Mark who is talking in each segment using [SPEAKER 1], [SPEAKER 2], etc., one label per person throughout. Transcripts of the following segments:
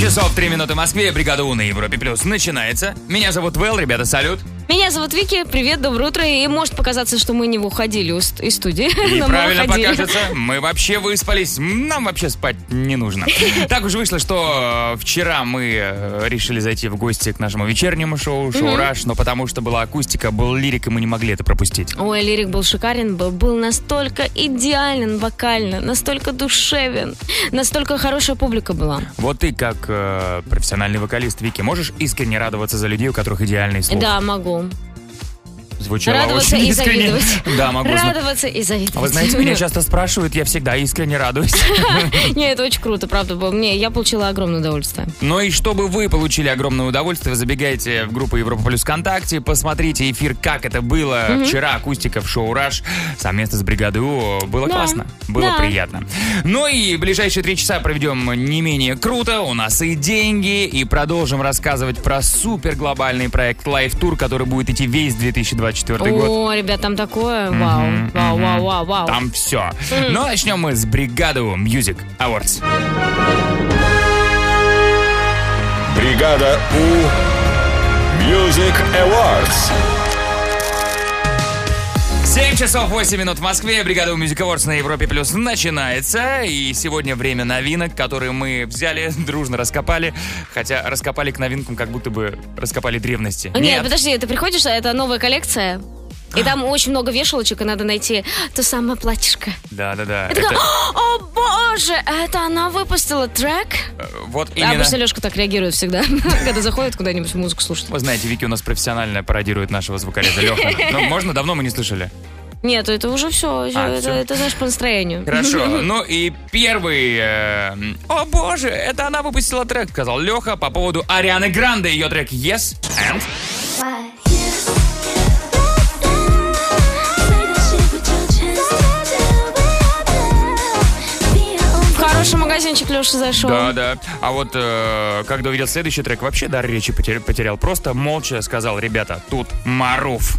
[SPEAKER 1] часов 3 минуты в Москве. Бригада У на Европе Плюс начинается. Меня зовут Вэл, ребята, салют.
[SPEAKER 2] Меня зовут Вики, привет, доброе утро. И может показаться, что мы не выходили уст- из студии.
[SPEAKER 1] И
[SPEAKER 2] но мы
[SPEAKER 1] правильно
[SPEAKER 2] выходили.
[SPEAKER 1] покажется, мы вообще выспались, нам вообще спать не нужно. Так уж вышло, что э, вчера мы э, решили зайти в гости к нашему вечернему шоу, шоу «Раш», но потому что была акустика, был лирик, и мы не могли это пропустить.
[SPEAKER 2] Ой, лирик был шикарен, был, был настолько идеален вокально, настолько душевен, настолько хорошая публика была.
[SPEAKER 1] Вот ты, как э, профессиональный вокалист Вики, можешь искренне радоваться за людей, у которых идеальный слух?
[SPEAKER 2] Да, могу.
[SPEAKER 1] Звучало
[SPEAKER 2] Радоваться
[SPEAKER 1] очень
[SPEAKER 2] и
[SPEAKER 1] искренне.
[SPEAKER 2] завидовать.
[SPEAKER 1] Да, могу. зна-
[SPEAKER 2] Радоваться и завидовать.
[SPEAKER 1] А Вы знаете, меня часто спрашивают, я всегда искренне радуюсь.
[SPEAKER 2] Не, это очень круто, правда было. Мне, я получила огромное удовольствие.
[SPEAKER 1] Ну и чтобы вы получили огромное удовольствие, забегайте в группу Европа Плюс ВКонтакте, посмотрите эфир, как это было вчера, акустика в шоу «Раш» совместно с бригадой У. Было
[SPEAKER 2] Да.
[SPEAKER 1] классно, было
[SPEAKER 2] Да.
[SPEAKER 1] приятно. Ну и ближайшие три часа проведем не менее круто, у нас и деньги, и продолжим рассказывать про супер глобальный проект Life Tour, который будет идти весь 2024 год.
[SPEAKER 2] О, ребят, там такое. Вау, вау, вау, вау, вау.
[SPEAKER 1] Там все. Но начнем мы с бригады У Music Awards.
[SPEAKER 3] Бригада У Music Awards.
[SPEAKER 1] 7 часов 8 минут в Москве. Бригада у Music Awards на Европе Плюс начинается. И сегодня время новинок, которые мы взяли, дружно раскопали. Хотя раскопали к новинкам, как будто бы раскопали древности.
[SPEAKER 2] Нет, подожди, ты приходишь, а это новая коллекция. И
[SPEAKER 1] А.
[SPEAKER 2] там очень много вешалочек, и надо найти то самое платьишко.
[SPEAKER 1] Да-да-да.
[SPEAKER 2] Я такая,
[SPEAKER 1] Это,
[SPEAKER 2] о боже, это она выпустила трек?
[SPEAKER 1] э, вот
[SPEAKER 2] А
[SPEAKER 1] именно...
[SPEAKER 2] Обычно Лешка так реагирует всегда, когда заходит куда-нибудь музыку слушать.
[SPEAKER 1] Вы знаете, Вики у нас профессионально пародирует нашего звукореза Леха. Ну, можно? Давно мы не слышали.
[SPEAKER 2] Нет, это уже все,
[SPEAKER 1] А,
[SPEAKER 2] это,
[SPEAKER 1] всё.
[SPEAKER 2] это, знаешь, по настроению.
[SPEAKER 1] Хорошо. Ну и первый... э, м, О боже, это она выпустила трек, сказал Леха по поводу Арианы Гранде. Ее трек Yes and...
[SPEAKER 2] В хороший магазинчик Леша зашел.
[SPEAKER 1] Да, да. А вот э, когда увидел следующий трек, вообще дар речи потеря- потерял. Просто молча сказал, ребята, тут Маруф.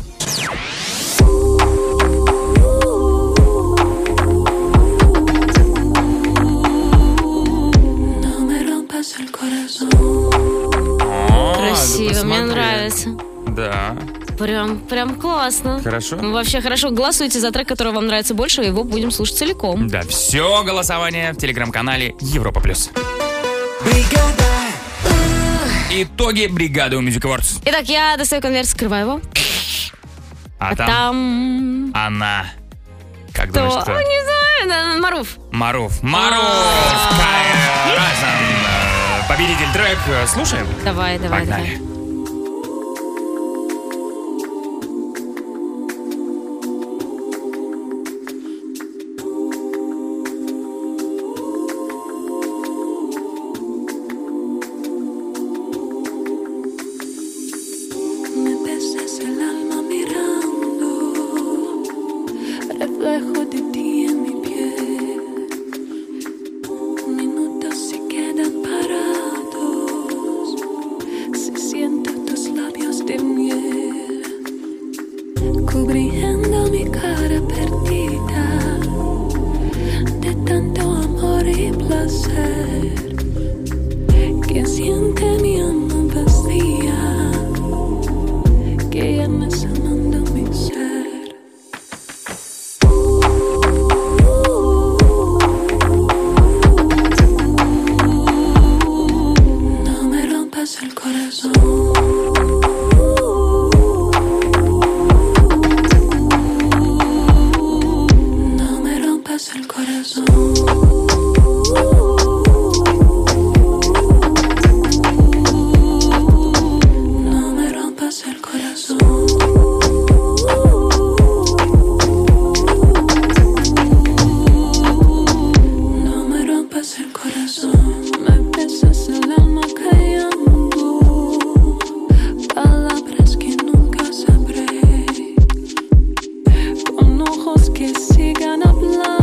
[SPEAKER 4] No me rompas el corazón.
[SPEAKER 1] О,
[SPEAKER 2] Красиво,
[SPEAKER 1] да
[SPEAKER 2] мне
[SPEAKER 1] посмотри.
[SPEAKER 2] нравится.
[SPEAKER 1] Да,
[SPEAKER 2] Прям, прям классно. Ну,
[SPEAKER 1] хорошо.
[SPEAKER 2] Вообще хорошо, голосуйте за трек, который вам нравится больше, его будем слушать целиком.
[SPEAKER 1] Да, все голосование в телеграм-канале Европа+. плюс. Итоги бригады у Music Awards.
[SPEAKER 2] Итак, я достаю конверт, скрываю его.
[SPEAKER 1] А,
[SPEAKER 2] А
[SPEAKER 1] там, Ну
[SPEAKER 2] там...
[SPEAKER 1] она. Как
[SPEAKER 2] Кто?
[SPEAKER 1] думаешь,
[SPEAKER 2] О,
[SPEAKER 1] кто?
[SPEAKER 2] не знаю, на- на- Маруф.
[SPEAKER 1] Маруф. Маруф!
[SPEAKER 2] А.
[SPEAKER 1] Кая Разан. Э, Победитель трек. Э, Слушаем?
[SPEAKER 2] Давай, давай,
[SPEAKER 1] Погнали.
[SPEAKER 2] давай.
[SPEAKER 4] Me pesas el alma mirando reflejo de ti en mi piel. Minutos se quedan parados. Se sienten tus labios de miel, cubriendo mi cara perdida de tanto amor y placer. Que siente mi alma vacía que ya me está amando mi ser. No me rompas el corazón. No me rompas el corazón. No me rompas el corazón. No me rompas el corazón. Me besas el alma callando. Palabras que nunca sabré. Con ojos que sigan hablando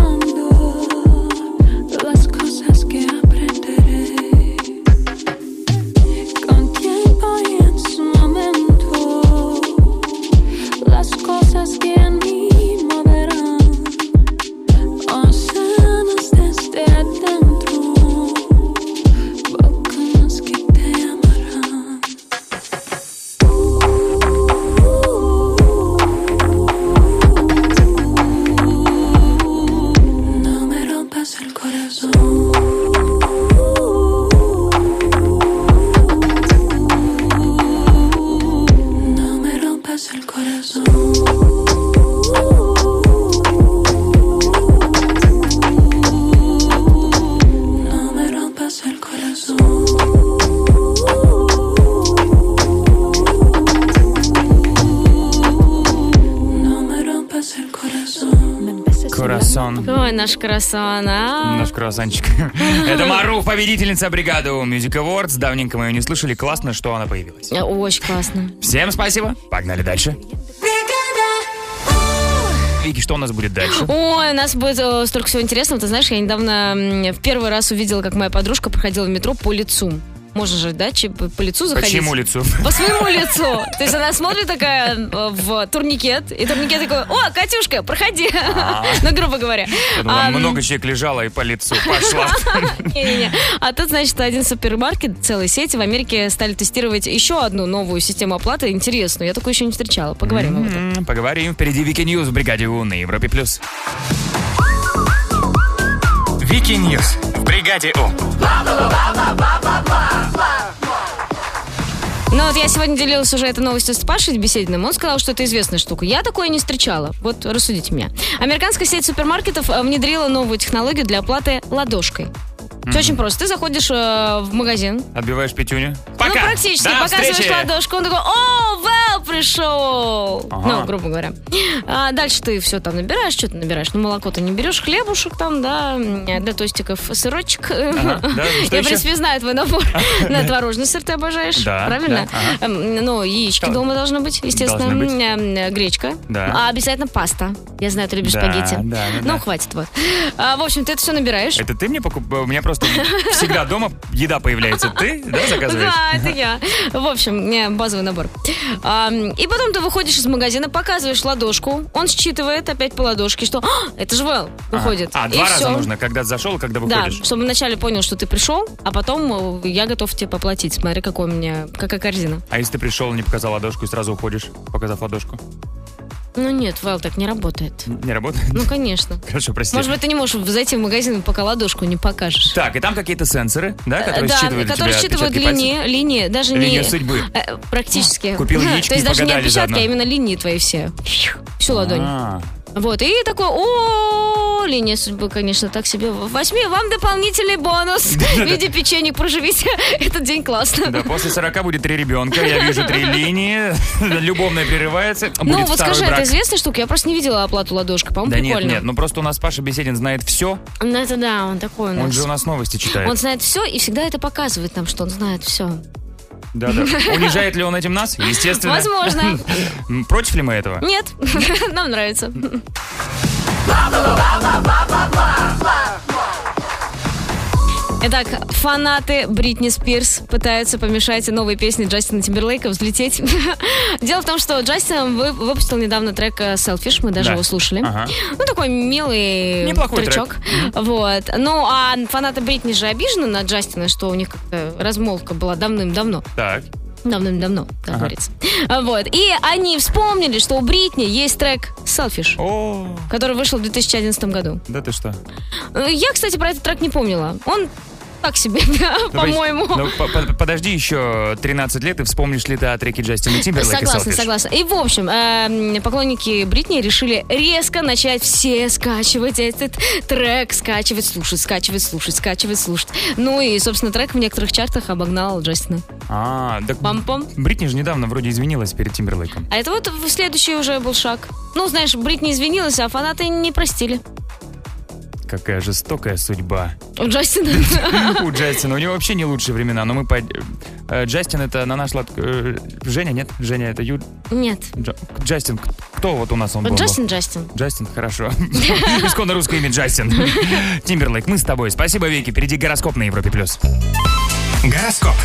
[SPEAKER 2] наш круассан, а?
[SPEAKER 1] Наш круассанчик. Это Мару, победительница бригады у Music Awards. Давненько мы ее не слышали. Классно, что она появилась.
[SPEAKER 2] Э, Очень классно.
[SPEAKER 1] Всем спасибо. Погнали дальше. Вики, что у нас будет дальше?
[SPEAKER 2] Ой, у нас будет э, столько всего интересного. Ты знаешь, я недавно м, в первый раз увидела, как моя подружка проходила в метро по лицу. Можно же, да, чи- по лицу заходить?
[SPEAKER 1] Почему лицу?
[SPEAKER 2] По своему лицу. То есть она смотрит такая э, в турникет, и турникет такой, о, Катюшка, проходи. Ну, грубо говоря.
[SPEAKER 1] А. Я думал,
[SPEAKER 2] А, м,
[SPEAKER 1] Много человек лежало и по лицу пошла.
[SPEAKER 2] не-не-не. А тут, значит, один супермаркет, целые сети в Америке стали тестировать еще одну новую систему оплаты, интересную. Я такую еще не встречала. Поговорим об этом.
[SPEAKER 1] М, Поговорим. Впереди Вики Ньюс в бригаде У на Европе плюс.
[SPEAKER 5] Вики Ньюс в бригаде У.
[SPEAKER 2] Ну вот я сегодня делилась уже этой новостью с Пашей Бесединым. Он сказал, что это известная штука. Я такое не встречала. Вот рассудите меня. Американская сеть супермаркетов э, внедрила новую технологию для оплаты ладошкой. Все очень просто. Ты заходишь э, в магазин.
[SPEAKER 1] Отбиваешь пятюню. Пока.
[SPEAKER 2] Ну, практически.
[SPEAKER 1] До
[SPEAKER 2] Показываешь
[SPEAKER 1] встречи.
[SPEAKER 2] ладошку. Он такой, о, Вэл пришел.
[SPEAKER 1] Ага.
[SPEAKER 2] Ну, грубо говоря. А дальше ты все там набираешь, что ты набираешь. Ну, молоко ты не берешь, хлебушек там, да, м, для тостиков сырочек.
[SPEAKER 1] Ага, да, ну, что
[SPEAKER 2] Я,
[SPEAKER 1] еще?
[SPEAKER 2] в принципе, знаю твой набор. На творожный сыр ты обожаешь.
[SPEAKER 1] Да,
[SPEAKER 2] Правильно?
[SPEAKER 1] да, ага.
[SPEAKER 2] Эм, Ну, яички
[SPEAKER 1] Да.
[SPEAKER 2] дома должно быть, естественно.
[SPEAKER 1] Должны быть.
[SPEAKER 2] М, э, Гречка.
[SPEAKER 1] Да.
[SPEAKER 2] А обязательно паста. Я знаю, ты любишь
[SPEAKER 1] Да,
[SPEAKER 2] спагетти.
[SPEAKER 1] да, да, да.
[SPEAKER 2] Ну, хватит вот. А, В общем, ты это все набираешь.
[SPEAKER 1] Это ты мне покупал? У меня просто всегда дома еда появляется. Ты, да, заказываешь?
[SPEAKER 2] Да, это я. В общем, не, базовый набор. А, м, и потом ты выходишь из магазина, показываешь ладошку, он считывает опять по ладошке, что «А, это же Вэл выходит.
[SPEAKER 1] А,
[SPEAKER 2] И
[SPEAKER 1] два раза
[SPEAKER 2] всё.
[SPEAKER 1] нужно, когда зашел и когда
[SPEAKER 2] Да,
[SPEAKER 1] выходишь.
[SPEAKER 2] чтобы вначале понял, что ты пришел, а потом э, я готов тебе поплатить. Смотри, какой у меня, какая корзина.
[SPEAKER 1] А если ты пришел, не показал ладошку и сразу уходишь, показав ладошку?
[SPEAKER 2] Ну нет, Вэл так не работает.
[SPEAKER 1] Не работает?
[SPEAKER 2] Ну, конечно.
[SPEAKER 1] Хорошо, прости.
[SPEAKER 2] Может быть, ты не можешь зайти в магазин, пока ладошку не покажешь.
[SPEAKER 1] Так, и там какие-то сенсоры, да, которые
[SPEAKER 2] Э, да,
[SPEAKER 1] считывают у
[SPEAKER 2] которые
[SPEAKER 1] тебя
[SPEAKER 2] считывают
[SPEAKER 1] отпечатки пальцев?
[SPEAKER 2] линии, линии, даже
[SPEAKER 1] Линию
[SPEAKER 2] не...
[SPEAKER 1] судьбы.
[SPEAKER 2] Э, Практически.
[SPEAKER 1] Купил яички
[SPEAKER 2] То есть
[SPEAKER 1] и
[SPEAKER 2] даже не
[SPEAKER 1] погадали
[SPEAKER 2] отпечатки,
[SPEAKER 1] заодно.
[SPEAKER 2] а именно линии твои все. Всю ладонь.
[SPEAKER 1] А,
[SPEAKER 2] Вот, и такой, о линия судьбы, конечно, так себе. Возьми, вам дополнительный бонус в виде печенек, проживите этот день классно.
[SPEAKER 1] Да, после 40 будет три ребенка, я вижу три линии, любовная прерывается,
[SPEAKER 2] Ну,
[SPEAKER 1] будет
[SPEAKER 2] вот
[SPEAKER 1] второй
[SPEAKER 2] скажи,
[SPEAKER 1] брак.
[SPEAKER 2] это известная штука? Я просто не видела оплату ладошкой, по-моему,
[SPEAKER 1] Да нет,
[SPEAKER 2] прикольно.
[SPEAKER 1] нет, ну просто у нас Паша Беседин знает все,
[SPEAKER 2] Ну, это да, он такой у
[SPEAKER 1] он
[SPEAKER 2] нас.
[SPEAKER 1] же у нас новости читает.
[SPEAKER 2] Он знает все и всегда это показывает нам, что он знает все.
[SPEAKER 1] Да-да. Унижает ли он этим нас? Естественно.
[SPEAKER 2] Возможно.
[SPEAKER 1] М, Против ли мы этого?
[SPEAKER 2] Нет, нам нравится. Итак, фанаты Бритни Спирс пытаются помешать новой песне Джастина Тимберлейка взлететь. Дело в том, что Джастин вы- выпустил недавно трек э, «Selfish», мы даже
[SPEAKER 1] Да.
[SPEAKER 2] его слушали.
[SPEAKER 1] Ага.
[SPEAKER 2] Ну, такой милый
[SPEAKER 1] Неплохой
[SPEAKER 2] тречок. Вот. Ну, а фанаты Бритни же обижены на Джастина, что у них как-то размолвка была давным-давно.
[SPEAKER 1] Так.
[SPEAKER 2] Давным-давно, как говорится. А, Вот. И они вспомнили, что у Бритни есть трек «Selfish»,
[SPEAKER 1] О,
[SPEAKER 2] который вышел в 2011 году.
[SPEAKER 1] да ты что?
[SPEAKER 2] Э, Я, кстати, про этот трек не помнила. Он так себе, по-моему.
[SPEAKER 1] Ну, по- по- подожди еще 13 лет и вспомнишь ли ты о треке Джастина Тимберлейка
[SPEAKER 2] Согласна,
[SPEAKER 1] «Selfish».
[SPEAKER 2] согласна. И в общем, эм, поклонники Бритни решили резко начать все скачивать этот трек, скачивать, слушать, скачивать, слушать, скачивать, слушать. Ну и, собственно, трек в некоторых чартах обогнал Джастина.
[SPEAKER 1] А, так
[SPEAKER 2] Пам-пам.
[SPEAKER 1] Бритни же недавно вроде извинилась перед Тимберлейком.
[SPEAKER 2] А это вот в- следующий уже был шаг. Ну, знаешь, Бритни извинилась, а фанаты не простили.
[SPEAKER 1] Какая жестокая судьба.
[SPEAKER 2] У Джастина.
[SPEAKER 1] У Джастина. У него вообще не лучшие времена, но мы по... э, Джастин это на наш лад... э, Женя, нет? Женя это Ю...
[SPEAKER 2] Нет.
[SPEAKER 1] Джа- Джастин. Кто вот у нас он был?
[SPEAKER 2] Вот
[SPEAKER 1] бы?
[SPEAKER 2] Джастин Джастин.
[SPEAKER 1] Джастин, хорошо. Исконно русское имя Джастин. Тимберлейк, мы с тобой. Спасибо, Вики. Впереди гороскоп на Европе+. плюс.
[SPEAKER 5] Гороскоп.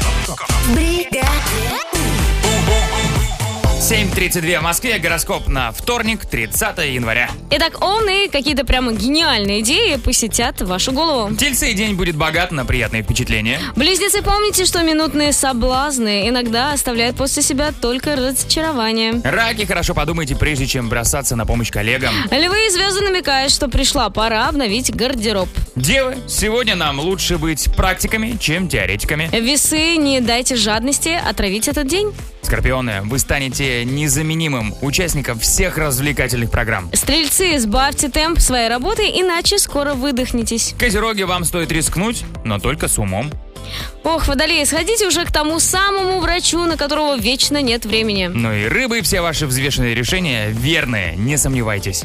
[SPEAKER 1] 7.32 в Москве. Гороскоп на вторник, 30 января.
[SPEAKER 2] Итак, он и какие-то прямо гениальные идеи посетят вашу голову.
[SPEAKER 1] Тельцы день будет богат на приятные впечатления.
[SPEAKER 2] Близнецы, помните, что минутные соблазны иногда оставляют после себя только разочарование.
[SPEAKER 1] Раки, хорошо подумайте, прежде чем бросаться на помощь коллегам.
[SPEAKER 2] Львы и звезды намекают, что пришла пора обновить гардероб.
[SPEAKER 1] Девы, сегодня нам лучше быть практиками, чем теоретиками.
[SPEAKER 2] Весы, не дайте жадности отравить этот день.
[SPEAKER 1] Скорпионы, вы станете незаменимым участником всех развлекательных программ.
[SPEAKER 2] Стрельцы, сбавьте темп своей работы, иначе скоро выдохнетесь.
[SPEAKER 1] Козероги, вам стоит рискнуть, но только с умом.
[SPEAKER 2] Ох, водолеи, сходите уже к тому самому врачу, на которого вечно нет времени.
[SPEAKER 1] Ну и рыбы, все ваши взвешенные решения верные, не сомневайтесь.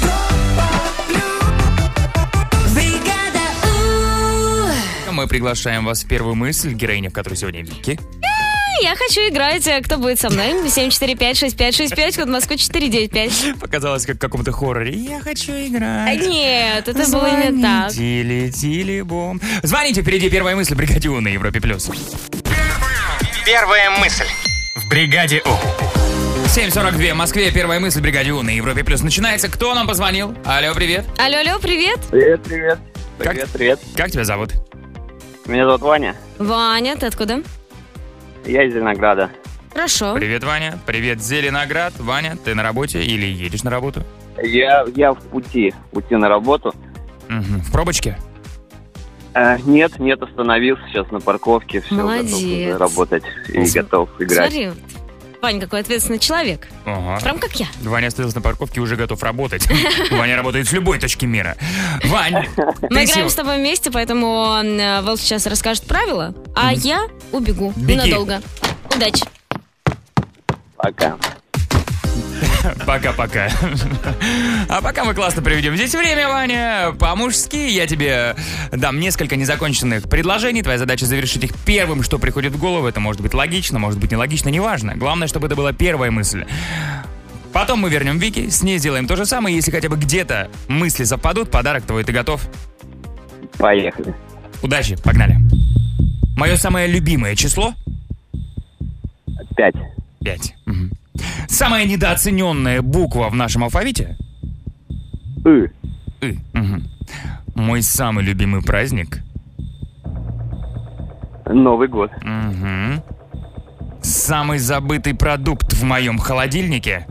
[SPEAKER 4] Европа
[SPEAKER 1] мы приглашаем вас в первую мысль, героиня, в которой сегодня Вики.
[SPEAKER 2] Я хочу играть. э, Кто будет со мной? 745-6565, код Москвы 495.
[SPEAKER 1] Показалось, как в каком-то хорроре. Я хочу играть.
[SPEAKER 2] Э, Нет, это было не так.
[SPEAKER 1] Тили, тили, бом. Звоните, впереди первая мысль бригаде У» на Европе+. плюс.
[SPEAKER 5] Первая мысль. В бригаде У.
[SPEAKER 1] 7.42 в Москве, первая мысль бригаде У» на Европе+. плюс. Начинается. Кто нам позвонил? Алло, привет.
[SPEAKER 2] Алло, алло, привет.
[SPEAKER 6] Привет, привет.
[SPEAKER 1] Как?
[SPEAKER 6] Привет, привет.
[SPEAKER 1] Как тебя зовут?
[SPEAKER 6] Меня зовут Ваня.
[SPEAKER 2] Ваня, ты откуда?
[SPEAKER 6] Я из Зеленограда.
[SPEAKER 2] Хорошо.
[SPEAKER 1] Привет, Ваня. Привет, Зеленоград. Ваня, ты на работе или едешь на работу?
[SPEAKER 6] Я, я в пути, в пути на работу.
[SPEAKER 1] Мгм. В пробочке?
[SPEAKER 6] Э, нет, нет, остановился сейчас на парковке. Все,
[SPEAKER 2] Молодец.
[SPEAKER 6] готов работать и
[SPEAKER 1] См-
[SPEAKER 6] готов играть.
[SPEAKER 2] Смотри, Вань, какой ответственный человек.
[SPEAKER 1] Ага.
[SPEAKER 2] Прям как я.
[SPEAKER 1] Ваня остановился на парковке и уже готов работать. Ваня работает с любой точки мира. Вань,
[SPEAKER 2] Мы
[SPEAKER 1] ты
[SPEAKER 2] играем
[SPEAKER 1] сего-
[SPEAKER 2] с тобой вместе, поэтому э, Вол сейчас расскажет правила, а я убегу
[SPEAKER 1] Беги.
[SPEAKER 2] ненадолго. Удачи.
[SPEAKER 6] Пока.
[SPEAKER 1] Пока-пока. А пока мы классно проведем здесь время, Ваня. По-мужски я тебе дам несколько незаконченных предложений. Твоя задача завершить их первым, что приходит в голову. Это может быть логично, может быть нелогично, неважно. Главное, чтобы это была первая мысль. Потом мы вернем Вики, с ней сделаем то же самое. Если хотя бы где-то мысли совпадут, подарок твой, ты готов?
[SPEAKER 6] Поехали.
[SPEAKER 1] Удачи, погнали. Мое самое любимое число
[SPEAKER 6] Пять.
[SPEAKER 1] 5. Самая недооцененная буква в нашем алфавите?
[SPEAKER 6] И.
[SPEAKER 1] «ы». Мгм. Мой самый любимый праздник?
[SPEAKER 6] Новый год.
[SPEAKER 1] Мгм. Самый забытый продукт в моем холодильнике?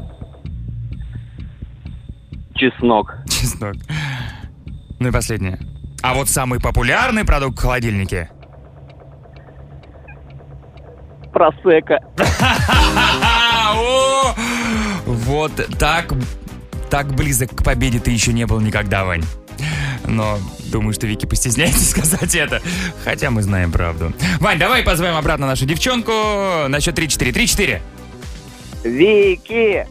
[SPEAKER 6] Чеснок.
[SPEAKER 1] Чеснок. Ну и последнее. А вот самый популярный продукт в холодильнике?
[SPEAKER 6] Просека.
[SPEAKER 1] А, о! Вот так, так близок к победе ты еще не был никогда, Вань. Но думаю, что Вики постесняется сказать это. Хотя мы знаем правду. Вань, давай позовем обратно нашу девчонку на счет 3-4. 3-4.
[SPEAKER 6] Вики!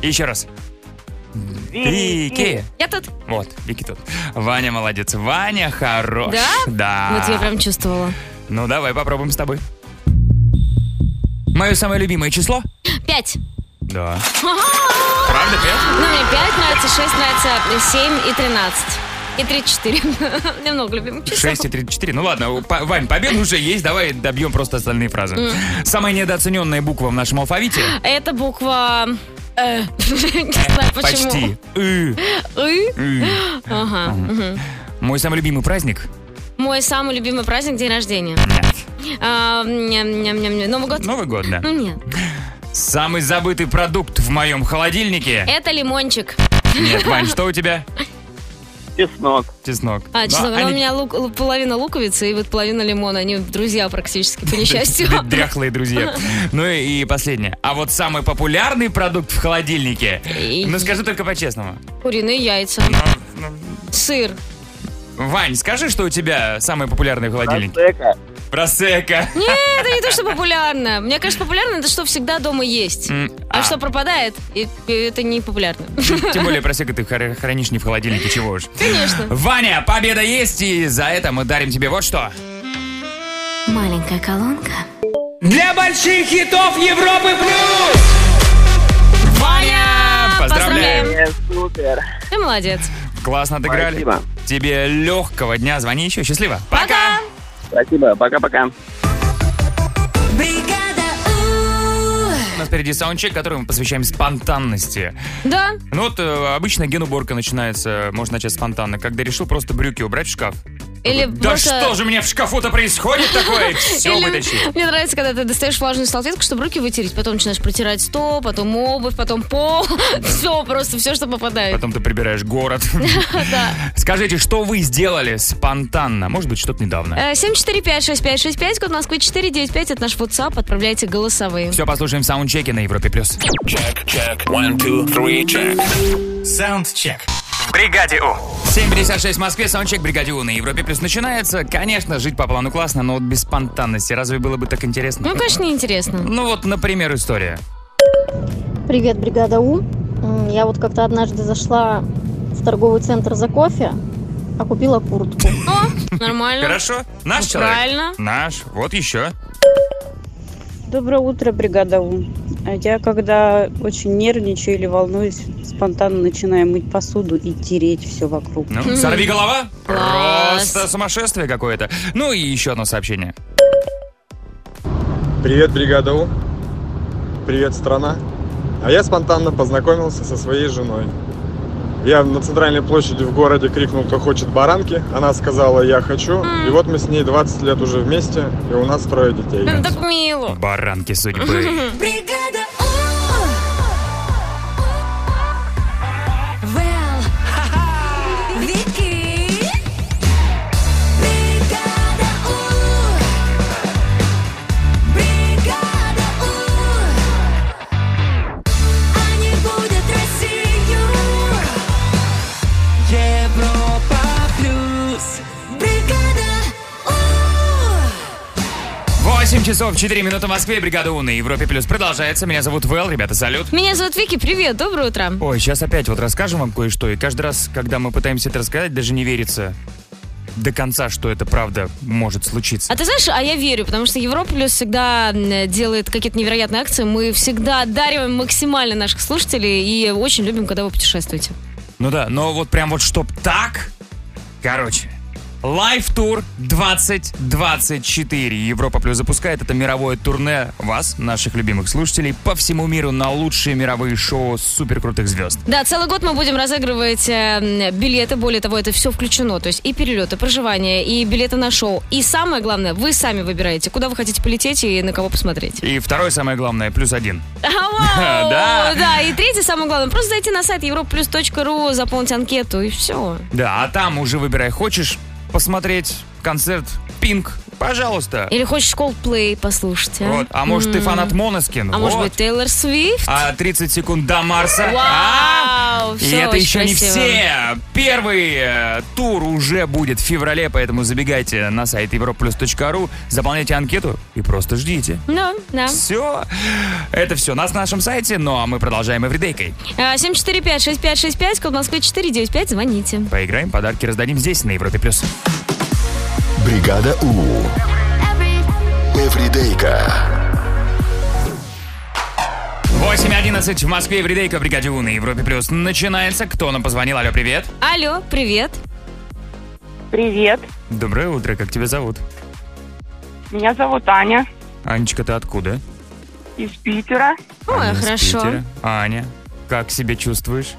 [SPEAKER 1] Еще раз.
[SPEAKER 6] Вики!
[SPEAKER 1] Вики.
[SPEAKER 2] Я тут.
[SPEAKER 1] Вот, Вики тут. Ваня молодец. Ваня хорош.
[SPEAKER 2] Да?
[SPEAKER 1] Да.
[SPEAKER 2] Вот я прям чувствовала.
[SPEAKER 1] Ну давай попробуем с тобой. Мое самое любимое число?
[SPEAKER 2] Пять.
[SPEAKER 1] Да. Правда, пять?
[SPEAKER 2] Ну, мне пять нравится, шесть нравится, семь и тринадцать. И три, четыре. Немного любимых чисел.
[SPEAKER 1] 6 и 34. Ну ладно, у- по- Вань, победа уже есть, давай добьем просто остальные фразы. Самая недооцененная буква в нашем алфавите?
[SPEAKER 2] Это буква... «Э». Не знаю почему.
[SPEAKER 1] Почти. «Ы».
[SPEAKER 2] «Ы».
[SPEAKER 1] «Ы».
[SPEAKER 2] Ага. мгм.
[SPEAKER 1] Мой самый любимый праздник?
[SPEAKER 2] Мой самый любимый праздник — день рождения.
[SPEAKER 1] Нет.
[SPEAKER 2] А, ням-ням-ням-ням. Новый год?
[SPEAKER 1] Новый год, да.
[SPEAKER 2] Ну нет.
[SPEAKER 1] Самый забытый продукт в моем холодильнике?
[SPEAKER 2] Это лимончик.
[SPEAKER 1] Нет, Вань, что у тебя?
[SPEAKER 6] Чеснок.
[SPEAKER 1] Чеснок.
[SPEAKER 2] А,
[SPEAKER 1] Ну,
[SPEAKER 2] честно говоря,
[SPEAKER 1] они
[SPEAKER 2] у меня лук- лу- половина луковицы и вот половина лимона. Они друзья практически, по несчастью.
[SPEAKER 1] д- Дряхлые друзья. Ну и и последнее. А вот самый популярный продукт в холодильнике?
[SPEAKER 2] И-
[SPEAKER 1] Ну скажи только по-честному.
[SPEAKER 2] Куриные яйца.
[SPEAKER 1] Ну,
[SPEAKER 2] Сыр.
[SPEAKER 1] Вань, скажи, что у тебя самый популярный в холодильнике?
[SPEAKER 6] Просека.
[SPEAKER 1] Просека.
[SPEAKER 2] Нет, это не то, что популярно. Мне кажется, популярно это что всегда дома есть.
[SPEAKER 1] М,
[SPEAKER 2] А,
[SPEAKER 1] а. ну,
[SPEAKER 2] что пропадает, и- и это не популярно.
[SPEAKER 1] Тем более просека ты хор- хранишь не в холодильнике, чего уж.
[SPEAKER 2] Конечно.
[SPEAKER 1] Ваня, победа есть, и за это мы дарим тебе вот что.
[SPEAKER 2] Маленькая колонка.
[SPEAKER 1] Для больших хитов Европы Плюс! Ваня! Поздравляем!
[SPEAKER 2] Поздравляем.
[SPEAKER 6] Э, Супер.
[SPEAKER 2] Ты молодец.
[SPEAKER 1] Классно отыграли.
[SPEAKER 6] Спасибо.
[SPEAKER 1] Тебе легкого дня. Звони еще. Счастливо.
[SPEAKER 2] Пока.
[SPEAKER 6] Спасибо. Пока-пока.
[SPEAKER 1] У нас впереди саундчек, который мы посвящаем спонтанности.
[SPEAKER 2] Да.
[SPEAKER 1] Ну вот, э, обычно генуборка начинается, можно начать спонтанно, когда решил просто брюки убрать в шкаф.
[SPEAKER 2] Или
[SPEAKER 1] да
[SPEAKER 2] просто-
[SPEAKER 1] что же мне в шкафу-то происходит такое? Все
[SPEAKER 2] Или-
[SPEAKER 1] вытащил.
[SPEAKER 2] Мне нравится, когда ты достаешь влажную салфетку, чтобы руки вытереть, потом начинаешь протирать стол, потом обувь, потом пол, все, просто все, что попадает.
[SPEAKER 1] Потом ты прибираешь город.
[SPEAKER 2] Да.
[SPEAKER 1] Скажите, что вы сделали спонтанно? Может быть, что-то недавно.
[SPEAKER 2] Э, 745-6565, код Москвы 495, это наш WhatsApp, отправляйте голосовые.
[SPEAKER 1] Все послушаем в саундчеке на Европе+. плюс.
[SPEAKER 5] Саундчек. В бригаде У.
[SPEAKER 1] 7.56 в Москве, саундчек бригаде У» на Европе+. плюс начинается. Конечно, жить по плану классно, но вот без спонтанности. Разве было бы так интересно?
[SPEAKER 2] Ну, конечно, неинтересно.
[SPEAKER 1] Ну вот, например, история.
[SPEAKER 7] Привет, бригада У. М, Я вот как-то однажды зашла в торговый центр за кофе, а купила куртку.
[SPEAKER 2] О, нормально.
[SPEAKER 1] Хорошо? Наш
[SPEAKER 2] Ну,
[SPEAKER 1] человек?
[SPEAKER 2] правильно.
[SPEAKER 1] Наш. Вот еще.
[SPEAKER 8] Доброе утро, бригада У. А Я, когда очень нервничаю или волнуюсь, спонтанно начинаю мыть посуду и тереть все вокруг.
[SPEAKER 1] Ну, сорви голова.
[SPEAKER 2] Хм. Класс.
[SPEAKER 1] Просто сумасшествие какое-то. Ну и еще одно сообщение.
[SPEAKER 9] Привет, бригада У. Привет, страна. А я спонтанно познакомился со своей женой. Я на центральной площади в городе крикнул, кто хочет баранки. Она сказала, я хочу. И вот мы с ней 20 лет уже вместе, и у нас трое детей.
[SPEAKER 2] Ну, Так мило.
[SPEAKER 1] Баранки судьбы.
[SPEAKER 4] Бригада
[SPEAKER 10] oh!
[SPEAKER 4] У. Вэл. Вики. Бригада
[SPEAKER 10] oh!
[SPEAKER 4] У. Бригада У.
[SPEAKER 10] oh!
[SPEAKER 4] Они будут Россию. Европа плюс. Бригада
[SPEAKER 10] oh!
[SPEAKER 4] У.
[SPEAKER 1] 8 часов 4 минуты в Москве. Бригада У на Европе Плюс продолжается. Меня зовут Вэл. Ребята, салют.
[SPEAKER 2] Меня зовут Вики, привет, доброе утро.
[SPEAKER 1] Ой, сейчас опять вот расскажем вам кое-что. И каждый раз, когда мы пытаемся это рассказать, даже не верится до конца, что это правда может случиться.
[SPEAKER 2] А ты знаешь, а я верю, потому что Европа Плюс всегда м, делает какие-то невероятные акции. Мы всегда одариваем максимально наших слушателей и очень любим, когда вы путешествуете.
[SPEAKER 1] Ну да, но вот прям вот чтоб так... Короче, Лайф-тур 2024. Европа Плюс запускает это мировое турне вас, наших любимых слушателей, по всему миру на лучшие мировые шоу суперкрутых звезд.
[SPEAKER 2] Да, целый год мы будем разыгрывать э, м, билеты. Более того, это все включено. То есть и перелеты, проживание, и билеты на шоу. И самое главное, вы сами выбираете, куда вы хотите полететь и на кого посмотреть.
[SPEAKER 1] И второе самое главное, плюс один.
[SPEAKER 2] А, вау!
[SPEAKER 1] Да.
[SPEAKER 2] Да, и третье, самое главное, просто зайти на сайт europlus.ru, заполнить анкету и все.
[SPEAKER 1] Да, а там уже выбирай, хочешь посмотреть концерт Пинк? Пожалуйста.
[SPEAKER 2] Или хочешь Coldplay послушать, а?
[SPEAKER 1] Вот. А может, ты
[SPEAKER 2] М.
[SPEAKER 1] фанат Моноскин?
[SPEAKER 2] А может быть, Тейлор Свифт?
[SPEAKER 1] А 30 секунд до Марса? А?
[SPEAKER 2] Вау!
[SPEAKER 1] И
[SPEAKER 2] всё
[SPEAKER 1] это
[SPEAKER 2] очень
[SPEAKER 1] еще не
[SPEAKER 2] красиво.
[SPEAKER 1] все. Первый э, тур уже будет в феврале, поэтому забегайте на сайт europlus.ru, заполняйте анкету и просто ждите.
[SPEAKER 2] Да, да.
[SPEAKER 1] Все. Это все нас на нашем сайте, ну а мы продолжаем эвридейкой.
[SPEAKER 2] А, 745-6565, код Москвы 495, звоните.
[SPEAKER 1] Поиграем, подарки раздадим здесь, на Европе+. плюс.
[SPEAKER 3] Бригада У. Эвридейка.
[SPEAKER 1] 8.11 в Москве, эвридейка, бригаде У на Европе+. плюс Начинается. Кто нам позвонил? Алло, привет.
[SPEAKER 2] Алло, привет.
[SPEAKER 8] Привет,
[SPEAKER 1] Доброе утро, как тебя зовут?
[SPEAKER 8] меня зовут Аня
[SPEAKER 1] Анечка, ты откуда?
[SPEAKER 8] из Питера.
[SPEAKER 2] Ой,
[SPEAKER 1] Аня из
[SPEAKER 2] хорошо.
[SPEAKER 1] Питера. Аня, как себя чувствуешь?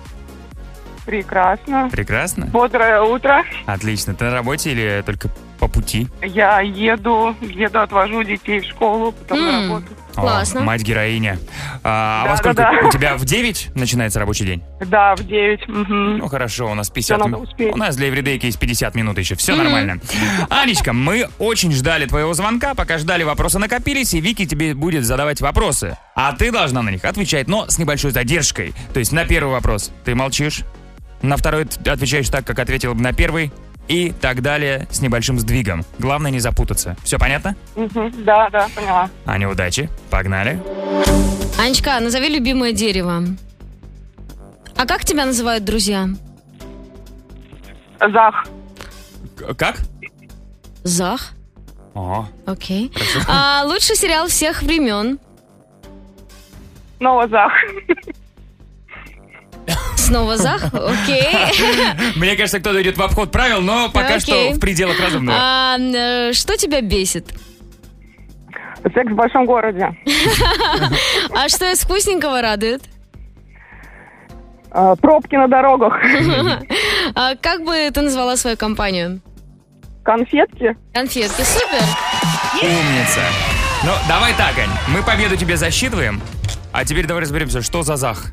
[SPEAKER 8] Прекрасно.
[SPEAKER 1] Прекрасно?
[SPEAKER 8] Бодрое утро.
[SPEAKER 1] Отлично. Ты на работе или только по пути?
[SPEAKER 8] Я еду, еду, отвожу детей в школу, потом
[SPEAKER 2] М.
[SPEAKER 8] на работу.
[SPEAKER 1] О,
[SPEAKER 2] Классно.
[SPEAKER 1] Мать-героиня. А, а во
[SPEAKER 8] Да,
[SPEAKER 1] сколько
[SPEAKER 8] да, да.
[SPEAKER 1] у тебя в 9 начинается рабочий день?
[SPEAKER 8] Да, в 9. мгм.
[SPEAKER 1] Ну хорошо, у нас 50
[SPEAKER 8] надо
[SPEAKER 1] минут.
[SPEAKER 8] успеть.
[SPEAKER 1] У нас для эвридейки есть 50 минут еще. Все нормально. Анечка, мы очень ждали твоего звонка, пока ждали, вопросы накопились, и Вики тебе будет задавать вопросы. А ты должна на них отвечать, но с небольшой задержкой. То есть на первый вопрос ты молчишь, на второй ты отвечаешь так, как ответил бы на первый, и так далее с небольшим сдвигом. Главное не запутаться. Все понятно?
[SPEAKER 8] Мгм. Да, да, поняла.
[SPEAKER 1] Аня, удачи. Погнали.
[SPEAKER 2] Анечка, назови любимое дерево. А как тебя называют друзья?
[SPEAKER 8] Зах.
[SPEAKER 1] К- Как?
[SPEAKER 2] Зах.
[SPEAKER 1] О,
[SPEAKER 2] Окей. А, лучший сериал всех времен.
[SPEAKER 8] Снова Зах.
[SPEAKER 2] Снова Зах. Окей.
[SPEAKER 1] Мне кажется, кто-то идет в обход правил, но пока
[SPEAKER 2] Окей.
[SPEAKER 1] что в пределах разумного.
[SPEAKER 2] А, э, что тебя бесит?
[SPEAKER 8] Секс в большом городе.
[SPEAKER 2] А что из вкусненького радует?
[SPEAKER 8] А, Пробки на дорогах.
[SPEAKER 2] А как бы ты назвала свою компанию?
[SPEAKER 8] Конфетки.
[SPEAKER 2] Конфетки, супер.
[SPEAKER 1] Умница. Ну, давай так, Ань. Мы победу тебе засчитываем. А теперь давай разберемся, что за зах.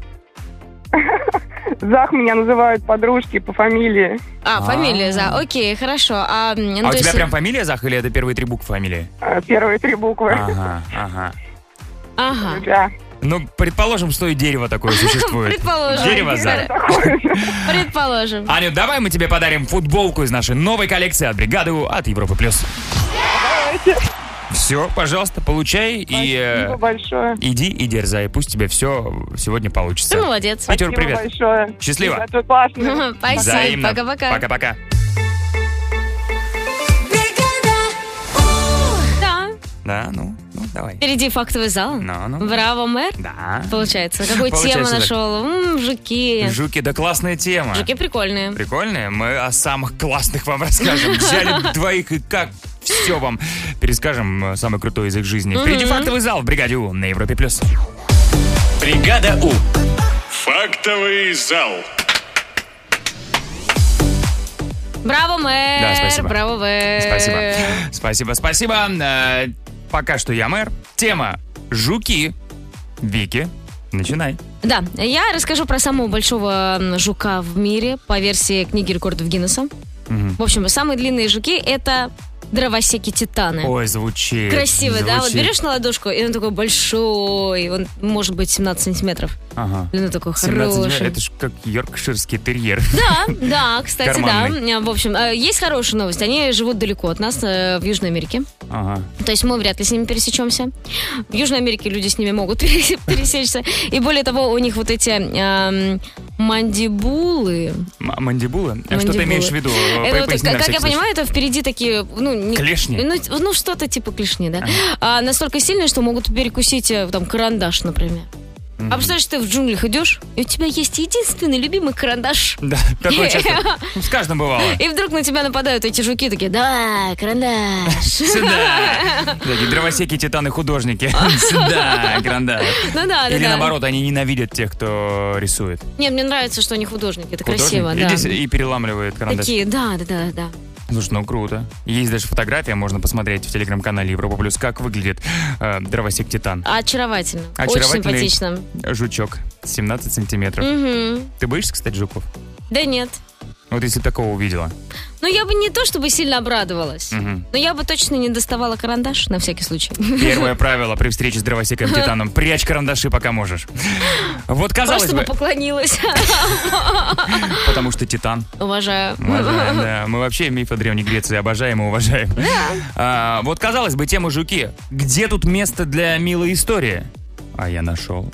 [SPEAKER 8] Зах меня называют подружки по фамилии.
[SPEAKER 2] А, фамилия, за. Окей, хорошо. А, м, ну,
[SPEAKER 1] а
[SPEAKER 2] то
[SPEAKER 1] у тебя
[SPEAKER 2] есть-
[SPEAKER 1] прям фамилия зах или это первые три буквы фамилии?
[SPEAKER 8] А, Первые три буквы.
[SPEAKER 1] Ага, ага.
[SPEAKER 2] Ага.
[SPEAKER 8] Да.
[SPEAKER 1] Ну, предположим, что и дерево такое существует.
[SPEAKER 2] Предположим.
[SPEAKER 1] Дерево зах.
[SPEAKER 8] Такое же.
[SPEAKER 1] А.
[SPEAKER 2] Предположим.
[SPEAKER 1] Аню, давай мы тебе подарим футболку из нашей новой коллекции от бригады У от Европы плюс. Все, пожалуйста, получай и
[SPEAKER 8] Спасибо
[SPEAKER 1] э,
[SPEAKER 8] большое.
[SPEAKER 1] иди и дерзай. Пусть тебе все сегодня получится.
[SPEAKER 2] Ты молодец.
[SPEAKER 1] Петер,
[SPEAKER 8] Спасибо
[SPEAKER 1] привет.
[SPEAKER 8] большое.
[SPEAKER 1] Счастливо.
[SPEAKER 8] Ребята, вы классные.
[SPEAKER 2] Спасибо.
[SPEAKER 1] Взаимно.
[SPEAKER 2] Пока-пока.
[SPEAKER 1] Пока-пока. Да, ну, ну давай.
[SPEAKER 2] Впереди фактовый зал.
[SPEAKER 1] Ну, ну.
[SPEAKER 2] Браво, мэр.
[SPEAKER 1] Да.
[SPEAKER 2] Получается. Какую
[SPEAKER 1] Получается
[SPEAKER 2] тему
[SPEAKER 1] так.
[SPEAKER 2] нашел? М, жуки.
[SPEAKER 1] Жуки, да классная тема.
[SPEAKER 2] Жуки прикольные.
[SPEAKER 1] Прикольная. Мы о самых классных вам расскажем. Взяли двоих и как все вам перескажем э, самый крутой из их жизни. Впереди фактовый зал в бригаде У на Европе плюс.
[SPEAKER 5] Бригада У.
[SPEAKER 11] Фактовый зал.
[SPEAKER 2] Браво, мэр.
[SPEAKER 1] Да, спасибо.
[SPEAKER 2] Браво, мэр.
[SPEAKER 1] Спасибо. Спасибо, спасибо. Э, Пока что я мэр. Тема жуки. Вики, начинай.
[SPEAKER 2] Да, я расскажу про самого большого м, жука в мире по версии книги рекордов Гиннесса.
[SPEAKER 1] Мгм.
[SPEAKER 2] В общем, самые длинные жуки это дровосеки титаны.
[SPEAKER 1] Ой, звучит.
[SPEAKER 2] Красиво, да? Вот
[SPEAKER 1] звучит.
[SPEAKER 2] берешь на ладошку, и он такой большой, он может быть 17 сантиметров.
[SPEAKER 1] Ага.
[SPEAKER 2] Длина такой
[SPEAKER 1] 17
[SPEAKER 2] хороший.
[SPEAKER 1] Это ж как йоркширский терьер.
[SPEAKER 2] Да, да, кстати,
[SPEAKER 1] Карманный.
[SPEAKER 2] да. В общем, э, есть хорошая новость. Они живут далеко от нас, э, в Южной Америке.
[SPEAKER 1] Ага.
[SPEAKER 2] То есть мы вряд ли с ними пересечемся. В Южной Америке люди с ними могут пересе- пересечься. И более того, у них вот эти эм, мандибулы.
[SPEAKER 1] М- Мандибулы? А Что ты
[SPEAKER 2] Мандибулы.
[SPEAKER 1] имеешь в виду?
[SPEAKER 2] Это
[SPEAKER 1] По-
[SPEAKER 2] вот,
[SPEAKER 1] поясни на
[SPEAKER 2] как, как
[SPEAKER 1] всякий
[SPEAKER 2] я
[SPEAKER 1] случай.
[SPEAKER 2] понимаю, это впереди такие, ну, не-
[SPEAKER 1] Клешни?
[SPEAKER 2] Ну, ну, что-то типа клешни, да. А, настолько сильные, что могут перекусить э, там карандаш, например. А представляешь, ты в джунглях идешь, и у тебя есть единственный любимый карандаш.
[SPEAKER 1] Да, такое часто. С каждым бывало.
[SPEAKER 2] И вдруг на тебя нападают эти жуки такие, да, карандаш.
[SPEAKER 1] Сюда! Такие дровосеки, титаны, художники. Сюда, гранда.
[SPEAKER 2] Ну да, да,
[SPEAKER 1] Или
[SPEAKER 2] да.
[SPEAKER 1] наоборот, они ненавидят тех, кто рисует.
[SPEAKER 2] Нет, мне нравится, что они художники, это
[SPEAKER 1] Художник
[SPEAKER 2] красиво, да.
[SPEAKER 1] идите И переламливает карандаш.
[SPEAKER 2] Такие, да, да, да, да.
[SPEAKER 1] Слушай, ну круто. Есть даже фотография, можно посмотреть в телеграм-канале Европа Плюс, как выглядит э, дровосек Титан.
[SPEAKER 2] Очаровательно. Очень
[SPEAKER 1] Очаровательный.
[SPEAKER 2] симпатично.
[SPEAKER 1] Жучок. 17 сантиметров.
[SPEAKER 2] Мгм.
[SPEAKER 1] Ты боишься, кстати, жуков?
[SPEAKER 2] Да нет.
[SPEAKER 1] Вот если б такого увидела.
[SPEAKER 2] Ну, я бы не то чтобы сильно обрадовалась,
[SPEAKER 1] Мгм.
[SPEAKER 2] но я бы точно не доставала карандаш, на всякий случай.
[SPEAKER 1] Первое правило при встрече с дровосеком Титаном. Прячь карандаши, пока можешь. Вот казалось
[SPEAKER 2] Просто бы
[SPEAKER 1] бы,
[SPEAKER 2] поклонилась.
[SPEAKER 1] потому что Титан.
[SPEAKER 2] Уважаю.
[SPEAKER 1] Уважаем, да. Мы вообще мифы Древней Греции обожаем и уважаем. А, вот, казалось бы, тема жуки. Где тут место для милой истории? А я нашел.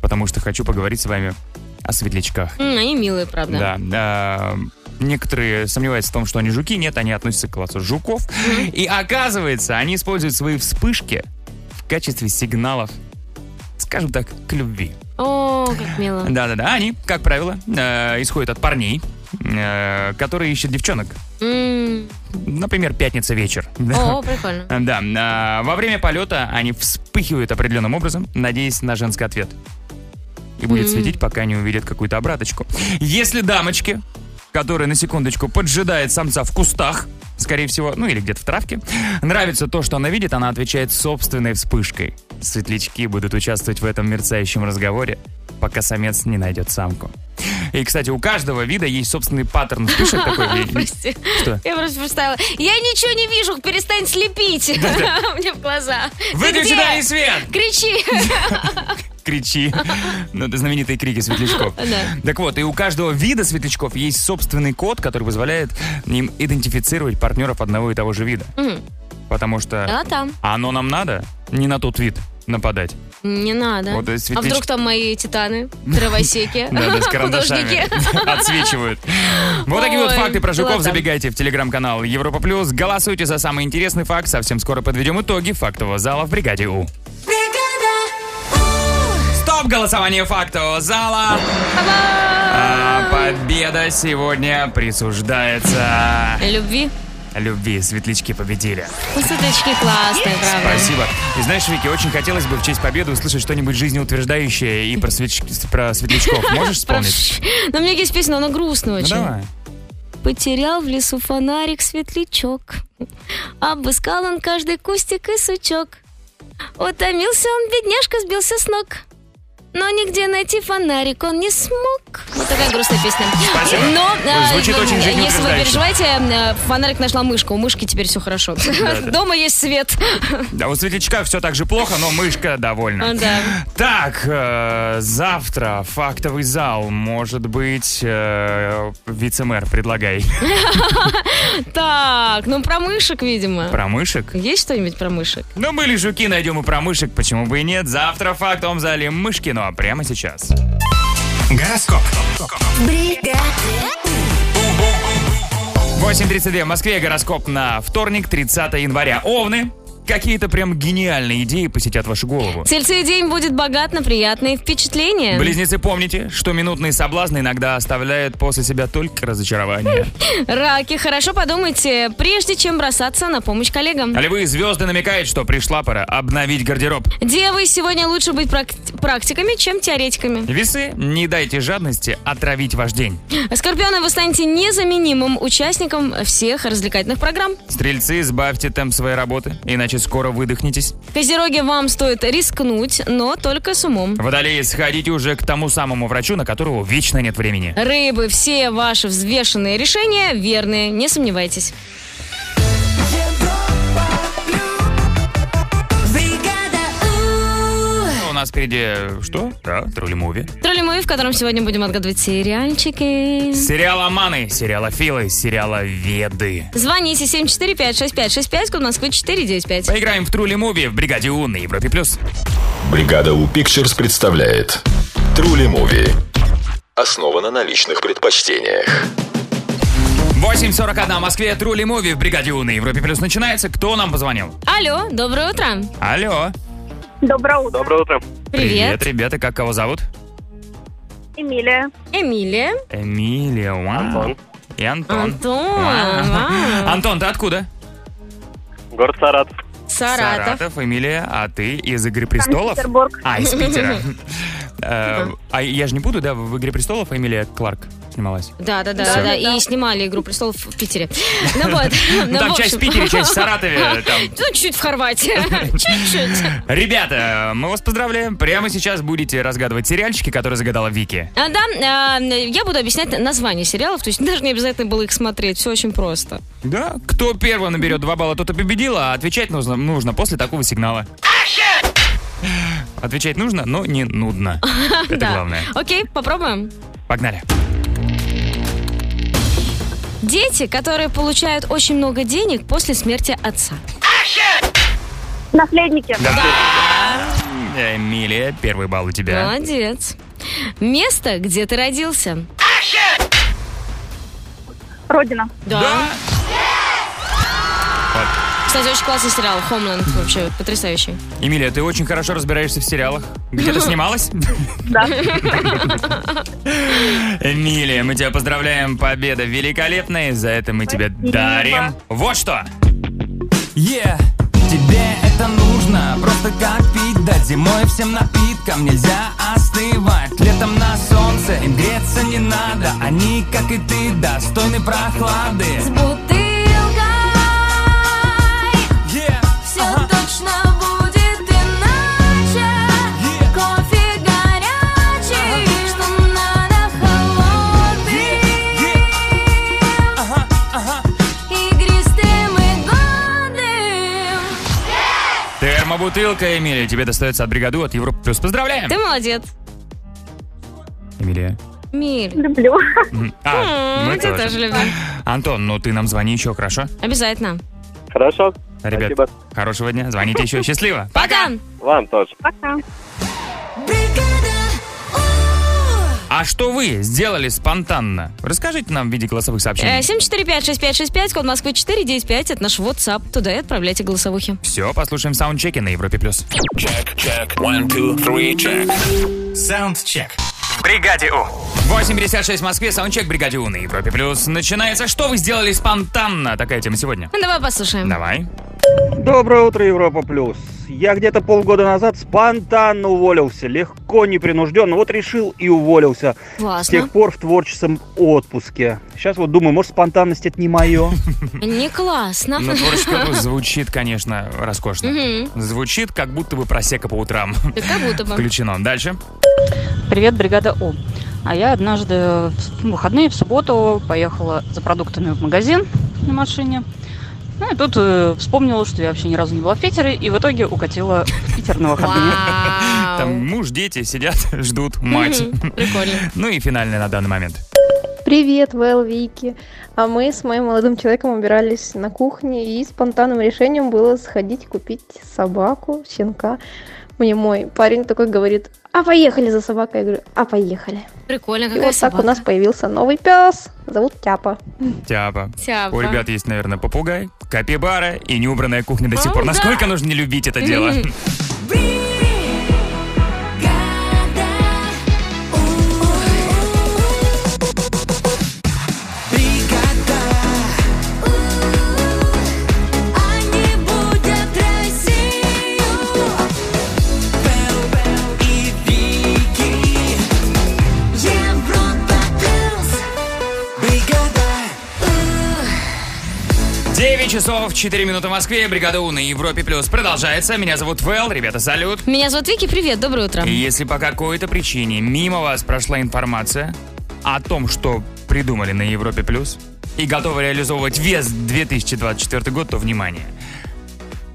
[SPEAKER 1] Потому что хочу поговорить с вами о светлячках.
[SPEAKER 2] М, Они милые, правда.
[SPEAKER 1] Да. а, Некоторые сомневаются в том, что они жуки. Нет, они относятся к классу жуков. И оказывается, они используют свои вспышки в качестве сигналов, скажем так, к любви.
[SPEAKER 2] О, как мило.
[SPEAKER 1] Да-да-да, они, как правило, э, исходят от парней, э, которые ищут девчонок.
[SPEAKER 2] М,
[SPEAKER 1] Например, пятница вечер.
[SPEAKER 2] О, прикольно.
[SPEAKER 1] Да, а, во время полета они вспыхивают определенным образом, надеясь на женский ответ. И будет светить, пока не увидят какую-то обраточку. Если дамочки, которая на секундочку поджидает самца в кустах, скорее всего, ну или где-то в травке, нравится то, что она видит, она отвечает собственной вспышкой. Светлячки будут участвовать в этом мерцающем разговоре, пока самец не найдет самку. И, кстати, у каждого вида есть собственный паттерн вспышек такой.
[SPEAKER 2] Прости.
[SPEAKER 1] Что?
[SPEAKER 2] Я просто представила. Я ничего не вижу, перестань слепить мне в глаза. Ты
[SPEAKER 1] Выключи
[SPEAKER 2] где?
[SPEAKER 1] дальний свет!
[SPEAKER 2] Кричи.
[SPEAKER 1] кричи. Ну, это знаменитые крики светлячков.
[SPEAKER 2] Да.
[SPEAKER 1] Так вот, и у каждого вида светлячков есть собственный код, который позволяет им идентифицировать партнеров одного и того же вида.
[SPEAKER 2] Мгм.
[SPEAKER 1] Потому что
[SPEAKER 2] Да, А там.
[SPEAKER 1] оно нам надо, не на тот вид нападать.
[SPEAKER 2] Не надо.
[SPEAKER 1] Вот эти
[SPEAKER 2] а
[SPEAKER 1] светлячки-
[SPEAKER 2] вдруг там мои титаны, дровосеки,
[SPEAKER 1] Надо с карандашами
[SPEAKER 2] художники?
[SPEAKER 1] отсвечивают. Вот такие вот
[SPEAKER 2] Ой,
[SPEAKER 1] факты про жуков.
[SPEAKER 2] ладно.
[SPEAKER 1] Забегайте в телеграм-канал Европа Плюс. Голосуйте за самый интересный факт. Совсем скоро подведем итоги фактового зала в бригаде У. Стоп голосование фактового зала. А победа сегодня присуждается
[SPEAKER 2] Любви.
[SPEAKER 1] любви. Светлячки победили.
[SPEAKER 2] Ну, Светлячки классные, правда.
[SPEAKER 1] Спасибо. И знаешь, Вики, очень хотелось бы в честь победы услышать что-нибудь жизнеутверждающее и про, светлячки- про светлячков. Можешь вспомнить?
[SPEAKER 2] Но у меня есть песня, но она грустная
[SPEAKER 1] Ну,
[SPEAKER 2] очень.
[SPEAKER 1] давай.
[SPEAKER 2] Потерял в лесу фонарик светлячок. Обыскал он каждый кустик и сучок. Утомился он, бедняжка, сбился с ног. Но нигде найти фонарик он не смог. Вот такая грустная песня.
[SPEAKER 1] Спасибо.
[SPEAKER 2] Но а,
[SPEAKER 1] Звучит
[SPEAKER 2] вы-
[SPEAKER 1] очень
[SPEAKER 2] если вы
[SPEAKER 1] жизнеутверждающе.
[SPEAKER 2] переживаете, э, фонарик нашла мышка. У мышки теперь все хорошо.
[SPEAKER 1] Да-да.
[SPEAKER 2] Дома есть свет.
[SPEAKER 1] Да, у светлячка все так же плохо, но мышка довольна.
[SPEAKER 2] А, Да.
[SPEAKER 1] Так, э, завтра фактовый зал. Может быть, э, вице-мэр, предлагай.
[SPEAKER 2] Так, ну про мышек, видимо.
[SPEAKER 1] Про мышек?
[SPEAKER 2] Есть что-нибудь про мышек?
[SPEAKER 1] Ну, мы ли жуки найдем и про мышек, почему бы и нет. Завтра в фактовом зале мышки, ну а прямо сейчас.
[SPEAKER 5] Гороскоп.
[SPEAKER 10] oh!
[SPEAKER 1] 8.32 в Москве, гороскоп на вторник, 30 января. Овны, какие-то прям гениальные идеи посетят вашу голову.
[SPEAKER 2] Тельцы день будет богат на приятные впечатления.
[SPEAKER 1] Близнецы, помните, что минутные соблазны иногда оставляют после себя только разочарование.
[SPEAKER 2] Раки, хорошо подумайте, прежде чем бросаться на помощь коллегам.
[SPEAKER 1] А Львы звезды намекают, что пришла пора обновить гардероб.
[SPEAKER 2] Девы, сегодня лучше быть прак- практиками, чем теоретиками.
[SPEAKER 1] Весы, не дайте жадности отравить ваш день.
[SPEAKER 2] Скорпионы, вы станете незаменимым участником всех развлекательных программ.
[SPEAKER 1] Стрельцы, сбавьте темп своей работы, иначе скоро выдохнетесь.
[SPEAKER 2] Козероги, вам стоит рискнуть, но только с умом.
[SPEAKER 1] Водолеи, сходите уже к тому самому врачу, на которого вечно нет времени.
[SPEAKER 2] Рыбы, все ваши взвешенные решения верные, не сомневайтесь.
[SPEAKER 10] oh!
[SPEAKER 1] Ну, У нас впереди э, что? Да, тролли муви.
[SPEAKER 2] Тролли муви, в котором сегодня будем отгадывать сериальчики.
[SPEAKER 1] Сериаломаны, сериалофилы, сериаловеды.
[SPEAKER 2] Звоните 745-6565, код Москвы 495.
[SPEAKER 1] Поиграем в Трули Муви в бригаде У на Европе плюс.
[SPEAKER 3] Бригада У Pictures представляет Трули Муви. Основана на личных предпочтениях.
[SPEAKER 1] 8.41 в Москве Трули Муви в бригаде У на Европе плюс начинается. Кто нам позвонил?
[SPEAKER 2] Алло, доброе утро.
[SPEAKER 1] Алло.
[SPEAKER 12] Доброе утро.
[SPEAKER 6] Доброе утро.
[SPEAKER 2] Привет.
[SPEAKER 1] ребята, как кого зовут?
[SPEAKER 12] Эмилия.
[SPEAKER 2] Эмилия.
[SPEAKER 1] Эмилия, Антон. И Антон.
[SPEAKER 2] Антон.
[SPEAKER 1] Вау.
[SPEAKER 2] вау.
[SPEAKER 1] Антон, ты откуда?
[SPEAKER 6] Город Саратов.
[SPEAKER 2] Саратов.
[SPEAKER 1] Эмилия, а ты из «Игры престолов»?
[SPEAKER 12] Санкт-Петербург.
[SPEAKER 1] А, из Питера. Э, А я же не буду, да, в «Игре престолов» Эмилия Кларк снималась?
[SPEAKER 2] Да, да, да,
[SPEAKER 1] Всё.
[SPEAKER 2] да, да. И снимали «Игру престолов» в Питере. Ну вот.
[SPEAKER 1] Ну, там
[SPEAKER 2] в
[SPEAKER 1] часть в
[SPEAKER 2] общем.
[SPEAKER 1] Питере, часть в Саратове, там.
[SPEAKER 2] Ну, чуть в Хорватии. Чуть-чуть.
[SPEAKER 1] Ребята, мы вас поздравляем. Прямо сейчас будете разгадывать сериальчики, которые загадала Вики.
[SPEAKER 2] А, да, а, я буду объяснять название сериалов, то есть даже не обязательно было их смотреть, все очень просто.
[SPEAKER 1] Да? Кто первым наберет два балла, тот и победил, а отвечать нужно, нужно после такого сигнала. Отвечать нужно, но не нудно. Это
[SPEAKER 2] Да.
[SPEAKER 1] главное.
[SPEAKER 2] Окей, попробуем.
[SPEAKER 1] Погнали.
[SPEAKER 2] Дети, которые получают очень много денег после смерти отца.
[SPEAKER 12] Наследники.
[SPEAKER 1] Эмилия, первый балл у тебя.
[SPEAKER 2] Молодец. Место, где ты родился.
[SPEAKER 12] Родина.
[SPEAKER 2] Да. Кстати, очень классный сериал «Хомланд», вообще потрясающий.
[SPEAKER 1] Эмилия, ты очень хорошо разбираешься в сериалах. Где ты снималась?
[SPEAKER 12] Да.
[SPEAKER 1] Эмилия, мы тебя поздравляем. Победа великолепная. За это мы тебе дарим. Вот что.
[SPEAKER 13] Е, тебе это нужно, просто как пить, да зимой всем напиткам нельзя остывать. Летом на солнце им греться не надо, они, как и ты, достойны прохлады.
[SPEAKER 10] бутылкой
[SPEAKER 13] Е,
[SPEAKER 10] Все точно будет иначе Кофе горячий, что надо холодный Игристым и годным
[SPEAKER 1] Термобутылка, Эмилия, тебе достается от бригады от Европы Плюс. Поздравляем!
[SPEAKER 2] Ты молодец.
[SPEAKER 1] Эмилия.
[SPEAKER 2] Мир.
[SPEAKER 12] Люблю.
[SPEAKER 1] М, А,
[SPEAKER 2] М,
[SPEAKER 1] мы
[SPEAKER 2] тебя
[SPEAKER 1] тоже.
[SPEAKER 2] тоже люблю.
[SPEAKER 1] Антон, ну ты нам звони еще, хорошо?
[SPEAKER 2] Обязательно.
[SPEAKER 1] Хорошо. Ребят, хорошего дня. Звоните еще. Счастливо.
[SPEAKER 2] Пока!
[SPEAKER 1] Вам тоже.
[SPEAKER 12] Пока.
[SPEAKER 1] А что вы сделали спонтанно? Расскажите нам в виде голосовых сообщений.
[SPEAKER 2] Э, 745-6565, код Москвы 495, это наш WhatsApp. Туда и отправляйте голосовухи.
[SPEAKER 1] Все, послушаем саундчеки на Европе плюс. Саундчек. В бригаде У. 8.56 в Москве, саундчек в бригаде У на Европе плюс. Начинается. Что вы сделали спонтанно? Такая тема сегодня.
[SPEAKER 2] Ну, Давай послушаем.
[SPEAKER 1] Давай.
[SPEAKER 14] Доброе утро, Европа Плюс. Я где-то полгода назад спонтанно уволился, легко, непринужденно. Вот решил и уволился. С
[SPEAKER 2] Классно.
[SPEAKER 14] тех пор в творческом отпуске. Сейчас вот думаю, может, спонтанность это не мое.
[SPEAKER 2] Не классно.
[SPEAKER 1] Но творческий отпуск Ну, звучит, конечно, роскошно.
[SPEAKER 2] Мгм.
[SPEAKER 1] Звучит, как будто бы просека по утрам.
[SPEAKER 2] Как будто бы.
[SPEAKER 1] Включено. Дальше.
[SPEAKER 15] Привет, бригада У. А я однажды в с- в выходные, в субботу, поехала за продуктами в магазин на машине. Ну и тут э, вспомнила, что я вообще ни разу не была в Питере, и в итоге укатила в Питер на выходные.
[SPEAKER 1] Там муж, дети сидят, ждут мать.
[SPEAKER 2] Прикольно.
[SPEAKER 1] Ну и финальный на данный момент.
[SPEAKER 7] Привет, Вэл Вики. А мы с моим молодым человеком убирались на кухне, и спонтанным решением было сходить купить собаку, щенка. Мне мой парень такой говорит, а поехали за собакой. Я говорю, а поехали.
[SPEAKER 2] Прикольно,
[SPEAKER 7] и
[SPEAKER 2] какая
[SPEAKER 7] вот так у
[SPEAKER 2] собака.
[SPEAKER 7] нас появился новый пес. Зовут Тяпа.
[SPEAKER 1] Тяпа.
[SPEAKER 2] Тяпа.
[SPEAKER 1] У ребят есть, наверное, попугай, Капибара и неубранная кухня до сих пор. Насколько нужно не любить это дело?
[SPEAKER 10] Они будут Россию и Вики Европа плюс Бригада
[SPEAKER 1] 9 часов 4 минуты в Москве. Бригада У на Европе Плюс продолжается. Меня зовут Вэл. Ребята, салют.
[SPEAKER 2] Меня зовут Вики, привет, доброе утро.
[SPEAKER 1] И Если по какой-то причине мимо вас прошла информация о том, что придумали на Европе Плюс и готовы реализовывать вес 2024 год, то внимание.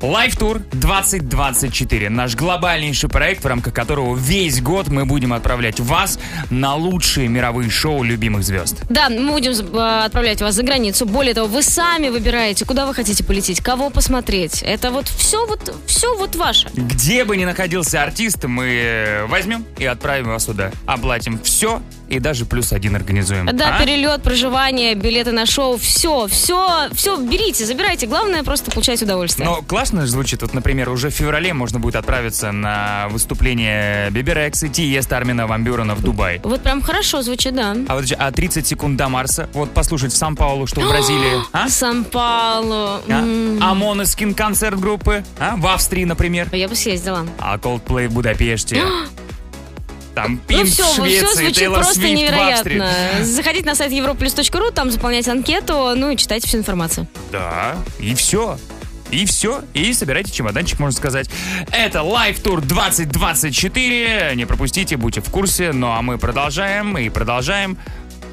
[SPEAKER 1] Лайф-тур 2024. Наш глобальнейший проект, в рамках которого весь год мы будем отправлять вас на лучшие мировые шоу любимых звезд.
[SPEAKER 2] Да, мы будем э, отправлять вас за границу. Более того, вы сами выбираете, куда вы хотите полететь, кого посмотреть. Это вот все вот, все вот ваше.
[SPEAKER 1] Где бы ни находился артист, мы э, возьмем и отправим вас сюда. Оплатим все и даже плюс один организуем.
[SPEAKER 2] Да,
[SPEAKER 1] А?
[SPEAKER 2] перелет, проживание, билеты на шоу, все, все, все, берите, забирайте. Главное просто получать удовольствие.
[SPEAKER 1] Но Ну, классно же звучит. Вот, например, уже в феврале можно будет отправиться на выступление Бибера Экс и Тиеста Армина Вамбюрена в Дубай.
[SPEAKER 2] Вот прям хорошо звучит, да.
[SPEAKER 1] А вот же, а 30 секунд до Марса, вот послушать в Сан-Паулу, что в Бразилии. А?
[SPEAKER 2] Сан-Паулу. М.
[SPEAKER 1] А? ОМОН и Скин концерт группы, а? В Австрии, например.
[SPEAKER 2] Я бы съездила.
[SPEAKER 1] А Coldplay в Будапеште. Там
[SPEAKER 2] Ну
[SPEAKER 1] Пинк
[SPEAKER 2] все,
[SPEAKER 1] в Швеции,
[SPEAKER 2] все звучит
[SPEAKER 1] Тейлор
[SPEAKER 2] просто
[SPEAKER 1] Свифт в Австрии.
[SPEAKER 2] невероятно. Заходите на сайт europlus.ru, там заполняйте анкету, ну и читайте всю информацию.
[SPEAKER 1] Да, и все. И все, и собирайте чемоданчик, можно сказать. Это Live Tour 2024. Не пропустите, будьте в курсе. Ну а мы продолжаем и продолжаем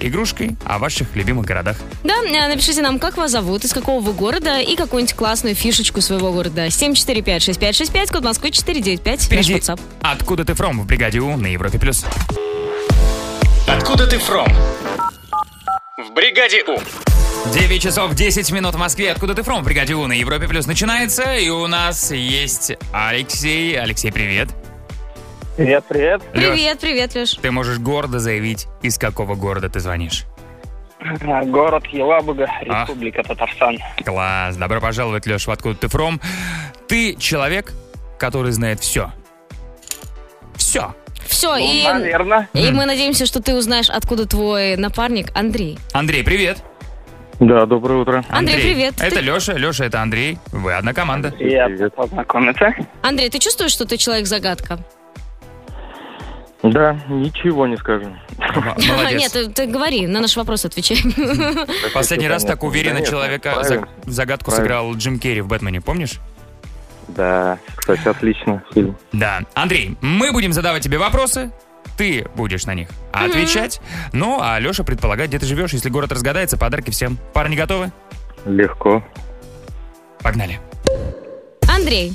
[SPEAKER 1] игрушкой о ваших любимых городах.
[SPEAKER 2] Да, э, напишите нам, как вас зовут, из какого вы города и какую-нибудь классную фишечку своего города. 7456565, код Москвы 495,
[SPEAKER 1] Впереди
[SPEAKER 2] наш WhatsApp.
[SPEAKER 1] «Откуда ты фром» в бригаде У на Европе+. плюс.
[SPEAKER 5] Откуда ты фром? В бригаде У.
[SPEAKER 1] 9 часов 10 минут в Москве. «Откуда ты фром» в бригаде У на Европе+. плюс начинается. И у нас есть Алексей. Алексей, привет.
[SPEAKER 6] Привет, привет.
[SPEAKER 2] Привет, привет, Леш.
[SPEAKER 1] Ты можешь гордо заявить, из какого города ты звонишь.
[SPEAKER 6] Город Елабуга, Республика Татарстан.
[SPEAKER 1] Класс. Добро пожаловать, Леш, в «Откуда ты фром». Ты человек, который знает все. Все.
[SPEAKER 2] Все,
[SPEAKER 6] Ну,
[SPEAKER 2] и,
[SPEAKER 6] наверно.
[SPEAKER 2] и мы надеемся, что ты узнаешь, откуда твой напарник Андрей.
[SPEAKER 1] Андрей, привет.
[SPEAKER 6] Да, доброе утро.
[SPEAKER 2] Андрей, привет.
[SPEAKER 1] Это
[SPEAKER 2] Ты-
[SPEAKER 1] Леша, Леша, это Андрей. Вы одна команда.
[SPEAKER 6] Приятно познакомиться.
[SPEAKER 2] Андрей, ты чувствуешь, что ты человек-загадка?
[SPEAKER 16] Да, ничего не скажу.
[SPEAKER 2] Нет, ты, ты говори, на наш вопрос отвечай.
[SPEAKER 1] Последний
[SPEAKER 16] это
[SPEAKER 1] раз так
[SPEAKER 16] понятно.
[SPEAKER 1] уверенно
[SPEAKER 16] Да нет,
[SPEAKER 1] человека
[SPEAKER 16] правильно.
[SPEAKER 1] заг- загадку
[SPEAKER 16] Правильно.
[SPEAKER 1] сыграл Джим Керри в «Бэтмене», помнишь?
[SPEAKER 16] Да, кстати, отлично. Фильм.
[SPEAKER 1] Да. Андрей, мы будем задавать тебе вопросы, ты будешь на них отвечать. Ну, а Леша предполагает, где ты живешь. Если город разгадается, подарки всем. Парни готовы?
[SPEAKER 16] Легко.
[SPEAKER 1] Погнали.
[SPEAKER 2] Андрей,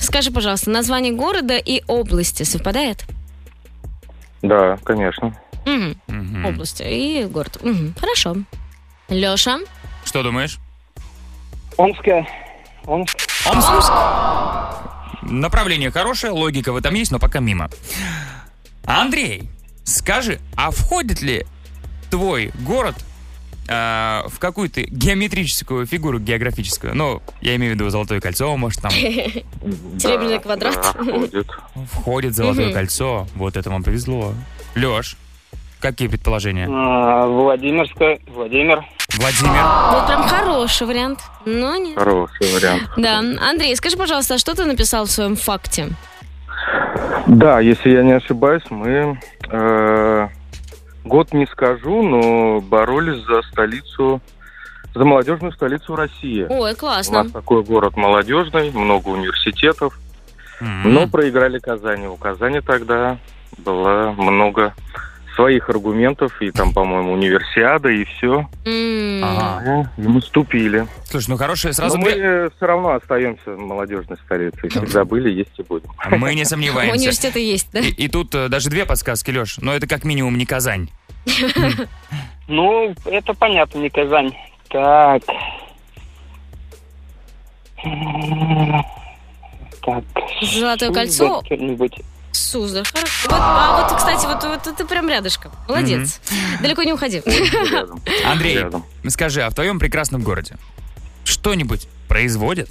[SPEAKER 2] скажи, пожалуйста, название города и области совпадает?
[SPEAKER 16] Да, конечно.
[SPEAKER 2] Мгм. Область и город. Мгм. Хорошо. Леша.
[SPEAKER 1] Что думаешь?
[SPEAKER 6] Омская. Омск.
[SPEAKER 1] Направление хорошее, логика в этом есть, но пока мимо. Андрей, скажи, а входит ли твой город э, в какую-то геометрическую фигуру географическую? Ну, я имею в виду Золотое кольцо, может, там
[SPEAKER 2] Серебряный квадрат.
[SPEAKER 1] входит Золотое
[SPEAKER 2] Мгм.
[SPEAKER 1] кольцо. Вот это вам повезло. Леш, какие предположения?
[SPEAKER 6] А, Владимирская. Владимир.
[SPEAKER 1] Владимир.
[SPEAKER 2] Вот прям хороший вариант. Но нет.
[SPEAKER 16] Хороший вариант.
[SPEAKER 2] Да. Андрей, скажи, пожалуйста, а что ты написал в своем факте?
[SPEAKER 16] Да, если я не ошибаюсь, мы э, год не скажу, но боролись за столицу, за молодежную столицу России.
[SPEAKER 2] Ой,
[SPEAKER 16] У нас
[SPEAKER 2] классно.
[SPEAKER 16] такой город молодежный, много университетов,
[SPEAKER 8] Ну.
[SPEAKER 16] но проиграли Казани. У Казани тогда было много своих аргументов, и там, по-моему, универсиада, и все. Ага. И мы ступили.
[SPEAKER 1] Слушай, ну хорошее сразу...
[SPEAKER 16] Но мы э, все равно остаемся молодежной столицей. Всегда были, есть и будем.
[SPEAKER 1] Мы не сомневаемся.
[SPEAKER 2] Университеты есть, да?
[SPEAKER 1] И, и тут э, даже две подсказки, Леш. Но это как минимум не Казань.
[SPEAKER 6] Ну, это понятно, не Казань. Так. Так.
[SPEAKER 2] Золотое кольцо.
[SPEAKER 6] Что-нибудь.
[SPEAKER 2] Суздаль. Хорошо. Вот, а вот, кстати, вот, вот ты прям рядышком. Молодец. Далеко не уходи.
[SPEAKER 1] Андрей, скажи, а в твоем прекрасном городе что-нибудь производят?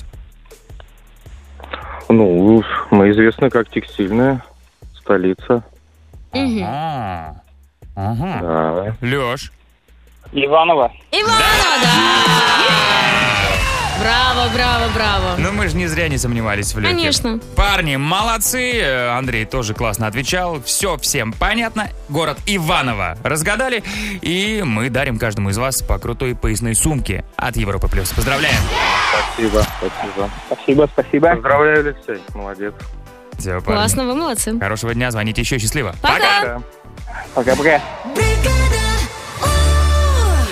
[SPEAKER 16] Ну, уж мы известны как текстильная столица.
[SPEAKER 1] Ага. А, Ага.
[SPEAKER 16] Да.
[SPEAKER 1] Леш.
[SPEAKER 5] Иванова.
[SPEAKER 2] Иванова, да! Браво, браво, браво.
[SPEAKER 1] Ну мы же не зря не сомневались в Лёхе.
[SPEAKER 2] Конечно.
[SPEAKER 1] Парни, молодцы. Э, Андрей тоже классно отвечал. Все всем понятно. Город Иваново разгадали. И мы дарим каждому из вас по крутой поясной сумке от Европы+. плюс. Поздравляем.
[SPEAKER 16] Спасибо, спасибо.
[SPEAKER 5] Спасибо, спасибо.
[SPEAKER 16] Поздравляю, Алексей, молодец.
[SPEAKER 1] Все, парни.
[SPEAKER 2] Классно, вы молодцы.
[SPEAKER 1] Хорошего дня, звоните еще, счастливо.
[SPEAKER 2] Пока.
[SPEAKER 5] Пока-пока.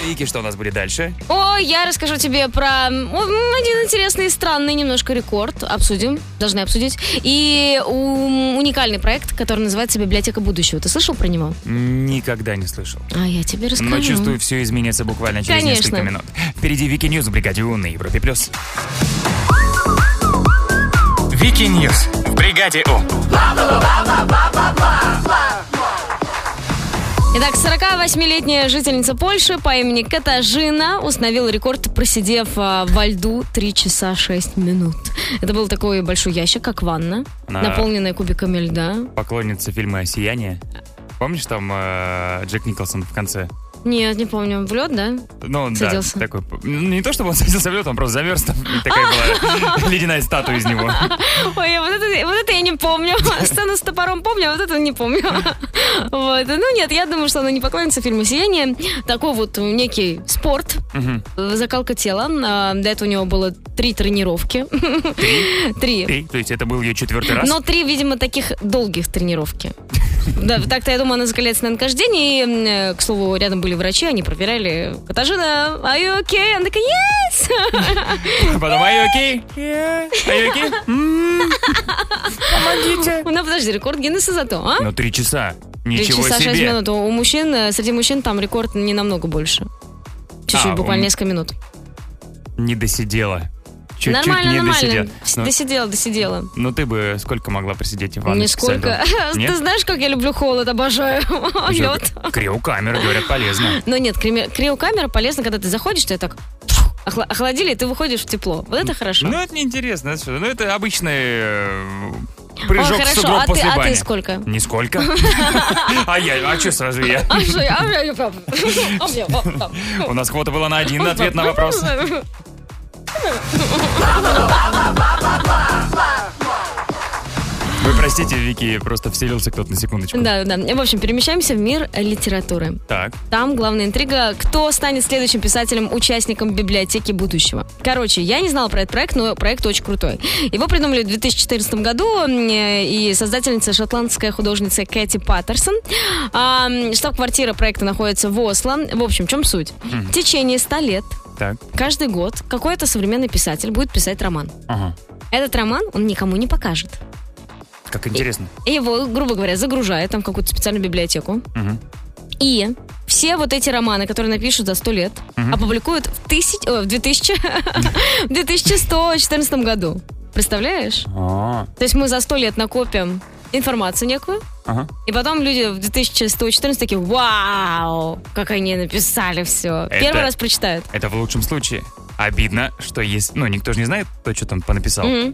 [SPEAKER 1] Вики, что у нас будет дальше?
[SPEAKER 2] О, я расскажу тебе про м, один интересный и странный немножко рекорд. Обсудим, должны обсудить. И м, уникальный проект, который называется «Библиотека будущего». Ты слышал про него?
[SPEAKER 1] Никогда не слышал.
[SPEAKER 2] А я тебе расскажу.
[SPEAKER 1] Но чувствую, все изменится буквально через
[SPEAKER 2] Конечно.
[SPEAKER 1] несколько минут. Впереди Вики Ньюс, Бригаде У на Европе+. плюс.
[SPEAKER 5] Вики Ньюс в бригаде У.
[SPEAKER 2] Итак, 48-летняя жительница Польши по имени Катажина установила рекорд, просидев а, во льду 3 часа 6 минут. Это был такой большой ящик, как ванна,
[SPEAKER 1] Она-
[SPEAKER 2] наполненная кубиками льда.
[SPEAKER 1] Поклонница фильма «Сияние». Помнишь, там э, Джек Николсон в конце?
[SPEAKER 2] Нет, не помню, в лед, да?
[SPEAKER 1] Ну, он, да,
[SPEAKER 2] Садился.
[SPEAKER 1] такой. ну, Не то, чтобы он садился в лед, он просто замерз там. и Такая была ледяная статуя из него.
[SPEAKER 2] Ой, я вот это, вот это я не помню. Сцену с топором помню, а вот это не помню. Вот. Ну нет, я думаю, что она не поклонится фильму «Сияние». Такой вот некий спорт,
[SPEAKER 10] Мгм.
[SPEAKER 2] э, закалка тела. А, До этого у него было три тренировки. Три.
[SPEAKER 1] Эй, То есть это был ее четвертый раз?
[SPEAKER 2] Но три, видимо, таких долгих тренировки. Да, так-то, я думаю, она закаляется, наверное, каждый день. И, м, э, к слову, рядом были врачи, они проверяли. Катажина, are you okay? Она такая, yes!
[SPEAKER 1] А Потом, are you okay? Are you okay? М-м.
[SPEAKER 2] Помогите! Ну, подожди, рекорд Гиннесса зато, а?
[SPEAKER 1] Ну, три часа.
[SPEAKER 2] Три
[SPEAKER 1] Ничего
[SPEAKER 2] часа шесть
[SPEAKER 1] себе.
[SPEAKER 2] минут. У у мужчин, э, среди мужчин там рекорд не намного больше. Чуть-чуть,
[SPEAKER 1] А,
[SPEAKER 2] буквально
[SPEAKER 1] м.
[SPEAKER 2] несколько минут.
[SPEAKER 1] Не досидела. Чуть-чуть
[SPEAKER 2] нормально,
[SPEAKER 1] не
[SPEAKER 2] нормально.
[SPEAKER 1] досидела.
[SPEAKER 2] Вс-
[SPEAKER 1] Ну,
[SPEAKER 2] Досидела, досидела.
[SPEAKER 1] Ну, ты бы сколько могла просидеть в ванной?
[SPEAKER 2] Нисколько. Ты знаешь, как я люблю холод, обожаю лед.
[SPEAKER 1] Криокамера, говорят, полезно.
[SPEAKER 2] Но нет, креме- криокамера полезна, когда ты заходишь, ты так охла- охладили, и ты выходишь в тепло. Вот это хорошо.
[SPEAKER 1] Ну, это неинтересно. это что? Ну, это обычный э,
[SPEAKER 2] Ой,
[SPEAKER 1] прыжок в
[SPEAKER 2] хорошо,
[SPEAKER 1] сугроб
[SPEAKER 2] а ты,
[SPEAKER 1] после
[SPEAKER 2] а
[SPEAKER 1] бани.
[SPEAKER 2] ты сколько?
[SPEAKER 1] Нисколько. А я, а что сразу я?
[SPEAKER 2] А что, я- а я- я- а я- а я-
[SPEAKER 1] У нас квота была на один ответ на вопрос. Вы простите, Вики, просто вселился кто-то на секундочку.
[SPEAKER 2] Да, да. В общем, перемещаемся в мир литературы.
[SPEAKER 1] Так.
[SPEAKER 2] Там главная интрига, кто станет следующим писателем, участником библиотеки будущего. Короче, я не знала про этот проект, но проект очень крутой. Его придумали в 2014 году м, э, и создательница шотландская художница Кэти Паттерсон. А, м, штаб-квартира проекта находится в Осло. В общем, в чем суть?
[SPEAKER 10] Мгм.
[SPEAKER 2] В течение 100 лет
[SPEAKER 1] Так.
[SPEAKER 2] каждый год какой-то современный писатель будет писать роман.
[SPEAKER 1] Ага.
[SPEAKER 2] Этот роман он никому не покажет.
[SPEAKER 1] Как интересно.
[SPEAKER 2] И Его, грубо говоря, загружают там в какую-то специальную библиотеку.
[SPEAKER 1] Мгм.
[SPEAKER 2] И все вот эти романы, которые напишут за 100 лет,
[SPEAKER 1] Мгм.
[SPEAKER 2] опубликуют в, тысяч, о, в, 2000, в 2114 году. Представляешь?
[SPEAKER 1] А,
[SPEAKER 2] То есть мы за 100 лет накопим информацию некую,
[SPEAKER 1] Ага.
[SPEAKER 2] и потом люди в 2114 такие, вау, как они написали все.
[SPEAKER 1] Это-
[SPEAKER 2] Первый раз прочитают.
[SPEAKER 1] Это в лучшем случае. Обидно, что есть... Ну, никто же не знает, кто что там понаписал.
[SPEAKER 2] Мгм.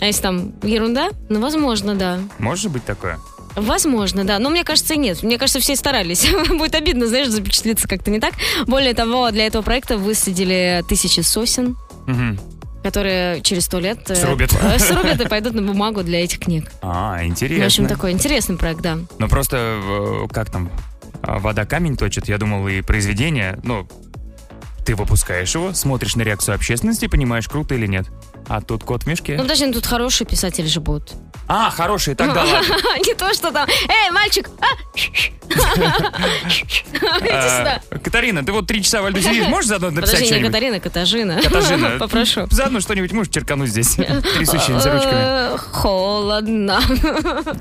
[SPEAKER 2] А если там ерунда? Ну, возможно, да.
[SPEAKER 1] Может быть такое?
[SPEAKER 2] Возможно, да. Но мне кажется, нет. Мне кажется, все старались. Будет обидно, знаешь, запечатлиться как-то не так. Более того, для этого проекта высадили тысячи сосен,
[SPEAKER 1] Мгм.
[SPEAKER 2] которые через сто лет... э,
[SPEAKER 1] Срубят.
[SPEAKER 2] э, Срубят и пойдут на бумагу для этих книг.
[SPEAKER 1] А, интересно.
[SPEAKER 2] В общем, такой интересный проект, да.
[SPEAKER 1] Ну, просто, э, как там, а, вода камень точит, я думал, и произведение, ну, ты выпускаешь его, смотришь на реакцию общественности, понимаешь, круто или нет. А тут кот в мешке.
[SPEAKER 2] Ну, подожди, ну тут хорошие писатели же будут.
[SPEAKER 1] А, хороший,
[SPEAKER 2] Ну,
[SPEAKER 1] тогда ладно.
[SPEAKER 2] Не то, что там... Эй, мальчик! а! Иди
[SPEAKER 1] А,
[SPEAKER 2] сюда.
[SPEAKER 1] Катарина, ты вот три часа во льду сидишь, можешь заодно написать
[SPEAKER 2] Подожди, не
[SPEAKER 1] что-нибудь?
[SPEAKER 2] Катарина, Катажина.
[SPEAKER 1] Катажина,
[SPEAKER 2] Попрошу.
[SPEAKER 1] Заодно что-нибудь можешь черкануть здесь, трясущимися ручками.
[SPEAKER 2] Э, Холодно.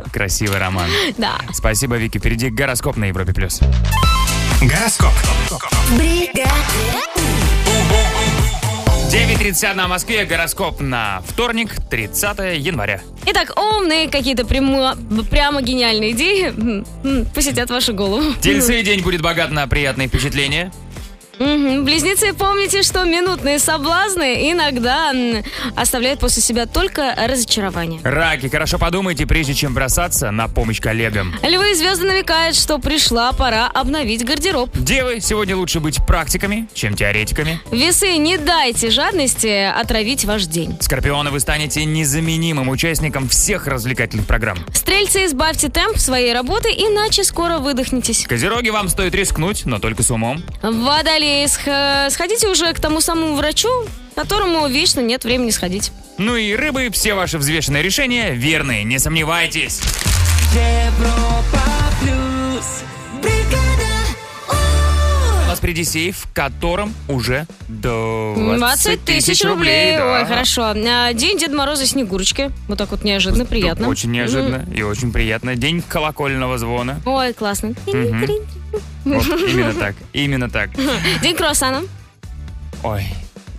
[SPEAKER 1] Красивый роман.
[SPEAKER 2] Да.
[SPEAKER 1] Спасибо, Вики. Впереди гороскоп на Европе+. плюс.
[SPEAKER 5] Гороскоп.
[SPEAKER 1] 9.31 на Москве, гороскоп на вторник, 30 января.
[SPEAKER 2] Итак, умные какие-то прямо, прямо гениальные идеи м, м, посетят вашу голову.
[SPEAKER 1] Тельцы день будет богат на приятные впечатления.
[SPEAKER 2] Мгм. Близнецы, помните, что минутные соблазны иногда м, оставляют после себя только разочарование.
[SPEAKER 1] Раки, хорошо подумайте, прежде чем бросаться на помощь коллегам.
[SPEAKER 2] Львы и звезды намекают, что пришла пора обновить гардероб.
[SPEAKER 1] Девы, сегодня лучше быть практиками, чем теоретиками.
[SPEAKER 2] Весы, не дайте жадности отравить ваш день.
[SPEAKER 1] Скорпионы, вы станете незаменимым участником всех развлекательных программ.
[SPEAKER 2] Стрельцы, избавьте темп своей работы, иначе скоро выдохнетесь.
[SPEAKER 1] Козероги, вам стоит рискнуть, но только с умом.
[SPEAKER 2] Водолеи, сх- э, сходите уже к тому самому врачу, которому вечно нет времени сходить.
[SPEAKER 1] Ну и рыбы, все ваши взвешенные решения верные, не сомневайтесь.
[SPEAKER 10] Европа плюс. Бригада
[SPEAKER 1] У нас впереди сейф, в котором уже 20
[SPEAKER 2] 20 тысяч рублей.
[SPEAKER 1] да.
[SPEAKER 2] Ой, хорошо. А, День Деда Мороза и Снегурочки. Вот так вот неожиданно, приятно.
[SPEAKER 1] Очень неожиданно
[SPEAKER 2] М.
[SPEAKER 1] и очень приятно. День колокольного звона.
[SPEAKER 2] Ой, классно.
[SPEAKER 1] Мгм. Вот именно так, именно так.
[SPEAKER 2] День круассана.
[SPEAKER 1] Ой,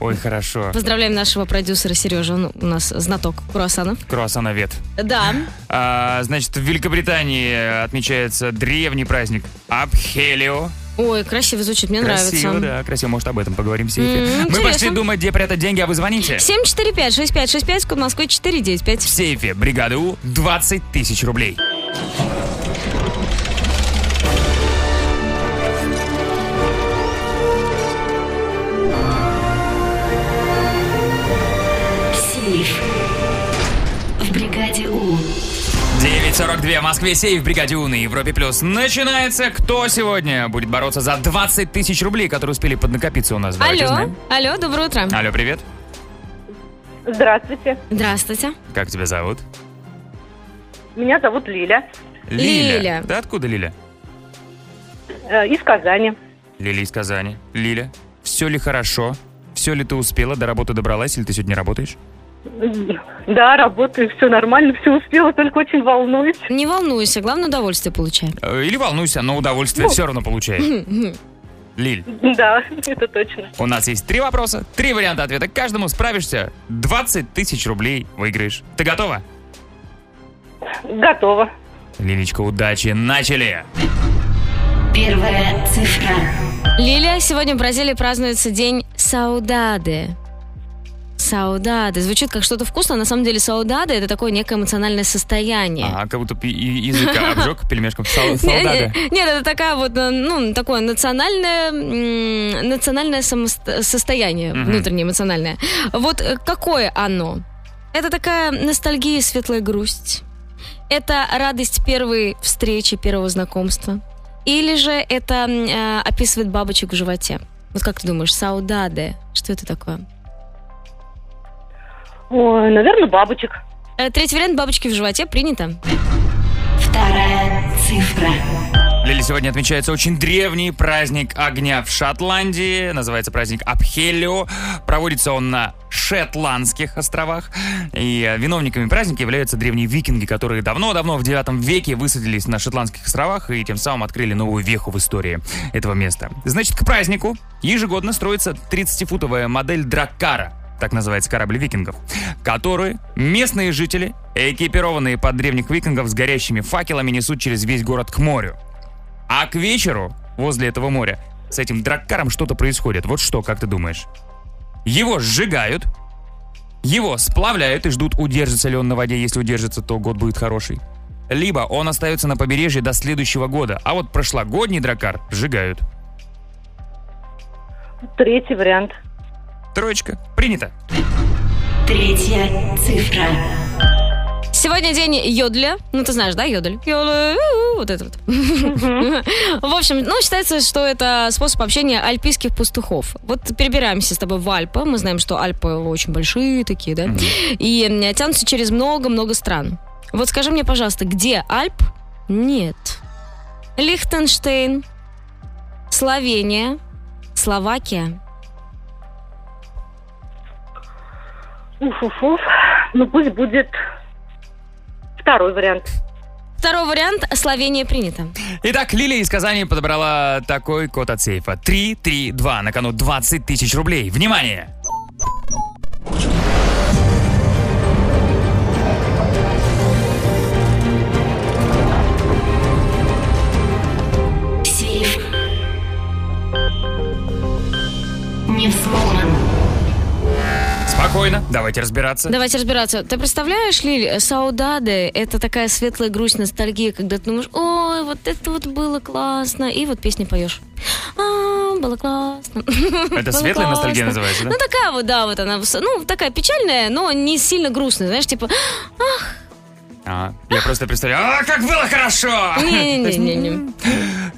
[SPEAKER 1] ой, хорошо.
[SPEAKER 2] Поздравляем нашего продюсера Сережу. Он у нас знаток круассанов.
[SPEAKER 1] Круассановед.
[SPEAKER 2] Да.
[SPEAKER 1] А, значит, в Великобритании отмечается древний праздник Абхелио.
[SPEAKER 2] Ой, красиво звучит, мне
[SPEAKER 1] красиво,
[SPEAKER 2] нравится.
[SPEAKER 1] да, красиво. Может, об этом поговорим в сейфе.
[SPEAKER 2] М,
[SPEAKER 1] Мы
[SPEAKER 2] интересно.
[SPEAKER 1] пошли думать, где прятать деньги, а вы звоните.
[SPEAKER 2] 745-6565, код Москвы 495.
[SPEAKER 1] В сейфе бригады У 20 тысяч рублей.
[SPEAKER 10] Сейф. В бригаде У.
[SPEAKER 1] 9.42 в Москве, сейф бригаде У на Европе Плюс. Начинается. Кто сегодня будет бороться за 20 тысяч рублей, которые успели поднакопиться у нас? Давайте
[SPEAKER 2] Алло,
[SPEAKER 1] узнаем. А.
[SPEAKER 2] алло, доброе утро.
[SPEAKER 1] Алло, привет.
[SPEAKER 12] Здравствуйте.
[SPEAKER 2] Здравствуйте.
[SPEAKER 1] Как тебя зовут?
[SPEAKER 12] Меня зовут Лиля. Лиля.
[SPEAKER 1] Да откуда Лиля?
[SPEAKER 12] Э, Из Казани.
[SPEAKER 1] Лиля из Казани. Лиля, все ли хорошо? Все ли ты успела? До работы добралась или ты сегодня работаешь?
[SPEAKER 12] Да, работаю, все нормально, все успела, только очень волнуюсь.
[SPEAKER 2] Не волнуйся, главное удовольствие получай.
[SPEAKER 1] Э, Или волнуйся, но удовольствие
[SPEAKER 2] Ну.
[SPEAKER 1] все равно получаешь. Лиль,
[SPEAKER 12] Да, это точно.
[SPEAKER 1] у нас есть три вопроса, три варианта ответа. К каждому справишься, 20 тысяч рублей выиграешь. Ты готова?
[SPEAKER 12] Готова.
[SPEAKER 1] Лилечка, удачи, начали!
[SPEAKER 2] Первая цифра. Лилия, сегодня в Бразилии празднуется день саудаде. Саудаде. Звучит как что-то вкусное, на самом деле саудаде это такое некое эмоциональное состояние.
[SPEAKER 1] А, как будто пи- и- языка обжег пельмешком. Сал-
[SPEAKER 2] Не- не-
[SPEAKER 1] солдаты.
[SPEAKER 2] Ну, э, Нет, это такая вот, э, ну, такое национальное, м, национальное самосто- состояние,
[SPEAKER 1] Мгм.
[SPEAKER 2] внутреннее, эмоциональное. Вот э, какое оно? Это такая ностальгия и светлая грусть. Это радость первой встречи, первого знакомства. Или же это м, э, описывает бабочек в животе. Вот как ты думаешь, саудаде, что это такое?
[SPEAKER 12] Ой, наверное, бабочек.
[SPEAKER 2] Э, Третий вариант бабочки в животе принято.
[SPEAKER 10] Вторая цифра.
[SPEAKER 1] Лили, сегодня отмечается очень древний праздник огня в Шотландии. Называется праздник Абхелио. Проводится он на Шетландских островах. И э, виновниками праздника являются древние викинги, которые давно-давно в 9 веке высадились на Шотландских островах и тем самым открыли новую веху в истории этого места. Значит, к празднику ежегодно строится 30-футовая модель Драккара так называется корабль викингов, которые местные жители, экипированные под древних викингов с горящими факелами, несут через весь город к морю. А к вечеру возле этого моря с этим драккаром что-то происходит. Вот что, как ты думаешь? Его сжигают, его сплавляют и ждут, удержится ли он на воде. Если удержится, то год будет хороший. Либо он остается на побережье до следующего года, а вот прошлогодний драккар сжигают.
[SPEAKER 12] Третий вариант.
[SPEAKER 1] Троечка. Принято.
[SPEAKER 10] Третья цифра.
[SPEAKER 2] Сегодня день йодля. Ну, ты знаешь, да, йодль? Йодль, у-у, Вот это вот. В общем, ну, считается, что это способ общения альпийских пастухов. Вот перебираемся с тобой в Альпы. Мы знаем, что Альпы очень большие такие, да? И м, тянутся через много-много стран. Вот скажи мне, пожалуйста, где Альп? Нет. Лихтенштейн, Словения, Словакия.
[SPEAKER 12] Уф-уф-уф. Ну, пусть будет второй вариант.
[SPEAKER 2] Второй вариант – Словения принято.
[SPEAKER 1] Итак, Лилия из Казани подобрала такой код от сейфа. 332. На кону 20 тысяч рублей. Внимание!
[SPEAKER 10] Сейф. не взломан.
[SPEAKER 1] Спокойно, давайте разбираться.
[SPEAKER 2] Давайте разбираться. Ты представляешь, Лиль, саудаде — это такая светлая грусть, ностальгия, когда ты думаешь, ой, вот это вот было классно, и вот песни поешь. А, было классно.
[SPEAKER 1] Это светлая ностальгия называется, да?
[SPEAKER 2] Ну, такая вот, да, вот она, ну, такая печальная, но не сильно грустная, знаешь, типа, ах,
[SPEAKER 1] А, я просто представляю, а, как было хорошо! м-м.
[SPEAKER 2] не-не-не-не.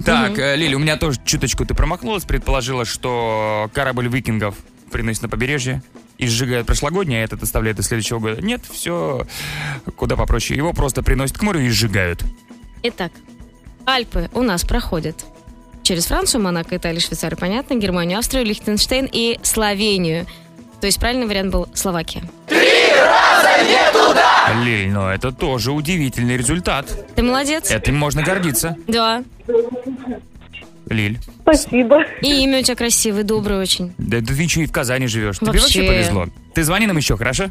[SPEAKER 1] Так, э, Лили, у меня тоже чуточку ты промахнулась, предположила, что корабль викингов приносит на побережье и сжигает прошлогоднее, а этот оставляет из следующего года. Нет, все куда попроще. Его просто приносят к морю и сжигают.
[SPEAKER 2] Итак, Альпы у нас проходят через Францию, Монако, Италию, Швейцарию, понятно, Германию, Австрию, Лихтенштейн и Словению. То есть правильный вариант был Словакия.
[SPEAKER 1] Лиль, ну это тоже удивительный результат.
[SPEAKER 2] Ты молодец.
[SPEAKER 1] Этим можно гордиться.
[SPEAKER 2] Да.
[SPEAKER 1] Лиль,
[SPEAKER 12] Спасибо.
[SPEAKER 2] И имя у тебя красивое, доброе очень.
[SPEAKER 1] да это ты еще и в Казани живешь. Тебе вообще
[SPEAKER 2] Вообще.
[SPEAKER 1] повезло. Ты звони нам еще, хорошо?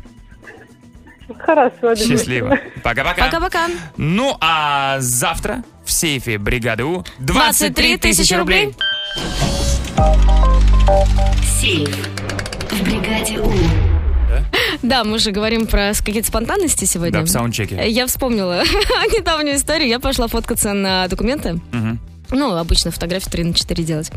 [SPEAKER 12] Хорошо.
[SPEAKER 1] Счастливо. Пока-пока.
[SPEAKER 2] Пока-пока.
[SPEAKER 1] Ну а завтра в сейфе бригады У
[SPEAKER 10] 23 тысячи рублей. Сейф в бригаде У.
[SPEAKER 2] Да, мы же говорим про с- какие-то спонтанности сегодня.
[SPEAKER 1] Да, в саундчеке.
[SPEAKER 2] Э, Я вспомнила недавнюю историю. Я пошла фоткаться на документы.
[SPEAKER 1] Мгм.
[SPEAKER 2] Ну, обычно фотографии 3 на 4 делать.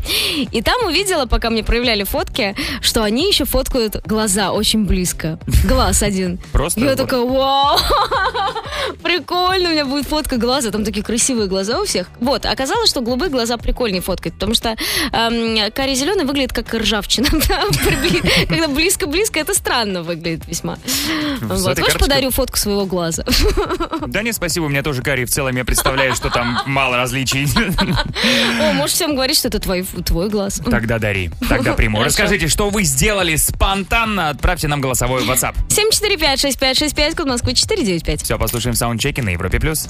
[SPEAKER 2] И там увидела, пока мне проявляли фотки, что они еще фоткают глаза очень близко. Глаз один.
[SPEAKER 1] Просто
[SPEAKER 2] Я
[SPEAKER 1] вот.
[SPEAKER 2] такая, вау, прикольно, у меня будет фотка глаза. Там такие красивые глаза у всех. Вот, оказалось, что голубые глаза прикольнее фоткать, потому что эм, карий зеленый выглядит как ржавчина. Да, при- Когда близко-близко, это странно выглядит весьма. Вот.
[SPEAKER 1] этой
[SPEAKER 2] Хочешь,
[SPEAKER 1] карточкой?
[SPEAKER 2] подарю фотку своего глаза?
[SPEAKER 1] Да нет, спасибо, у меня тоже карри. В целом я представляю, что там мало различий.
[SPEAKER 2] О, можешь всем говорить, что это твой, твой глаз.
[SPEAKER 1] Тогда дари, тогда приму.
[SPEAKER 2] Хорошо.
[SPEAKER 1] Расскажите, что вы сделали спонтанно, отправьте нам голосовой в WhatsApp.
[SPEAKER 2] 745-6565, код Москвы 495.
[SPEAKER 1] Все, послушаем саундчеки на Европе+. плюс.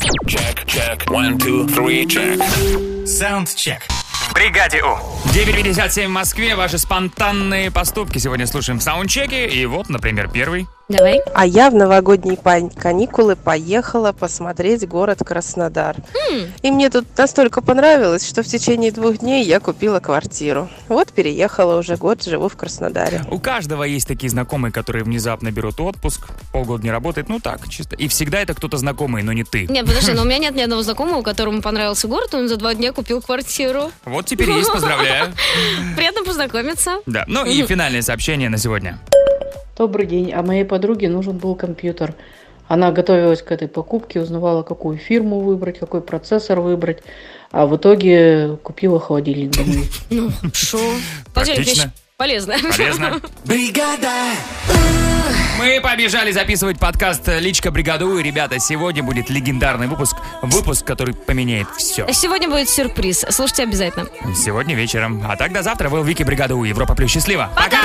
[SPEAKER 1] Саундчек.
[SPEAKER 5] В бригаде У.
[SPEAKER 1] 9.57 в Москве. Ваши спонтанные поступки. Сегодня слушаем саундчеки. И вот, например, первый.
[SPEAKER 2] Давай.
[SPEAKER 17] А я в новогодние пан- каникулы поехала посмотреть город Краснодар. И мне тут настолько понравилось, что в течение двух дней я купила квартиру. Вот переехала уже год, живу в Краснодаре.
[SPEAKER 1] У каждого есть такие знакомые, которые внезапно берут отпуск, полгода не работает, ну так, чисто. И всегда это кто-то знакомый, но не ты.
[SPEAKER 2] Нет, подожди, но у меня нет ни одного знакомого, которому понравился город, он за два дня купил квартиру.
[SPEAKER 1] Вот теперь есть, поздравляю.
[SPEAKER 2] Приятно познакомиться.
[SPEAKER 1] Да, ну и финальное сообщение на сегодня.
[SPEAKER 18] Добрый день. А моей подруге нужен был компьютер. Она готовилась к этой покупке, узнавала, какую фирму выбрать, какой процессор выбрать. А в итоге купила холодильник. домой.
[SPEAKER 2] Ну, шо? Подожди,
[SPEAKER 18] Практично.
[SPEAKER 2] вещь полезная.
[SPEAKER 1] Полезно. Бригада! Мы побежали записывать подкаст «Личка бригаду». И, ребята, сегодня будет легендарный выпуск. Выпуск, который поменяет все.
[SPEAKER 2] Сегодня будет сюрприз. Слушайте обязательно.
[SPEAKER 1] Сегодня вечером. А так до завтра. Был Вики Бригаду. Европа Плюс. Счастливо.
[SPEAKER 2] Пока!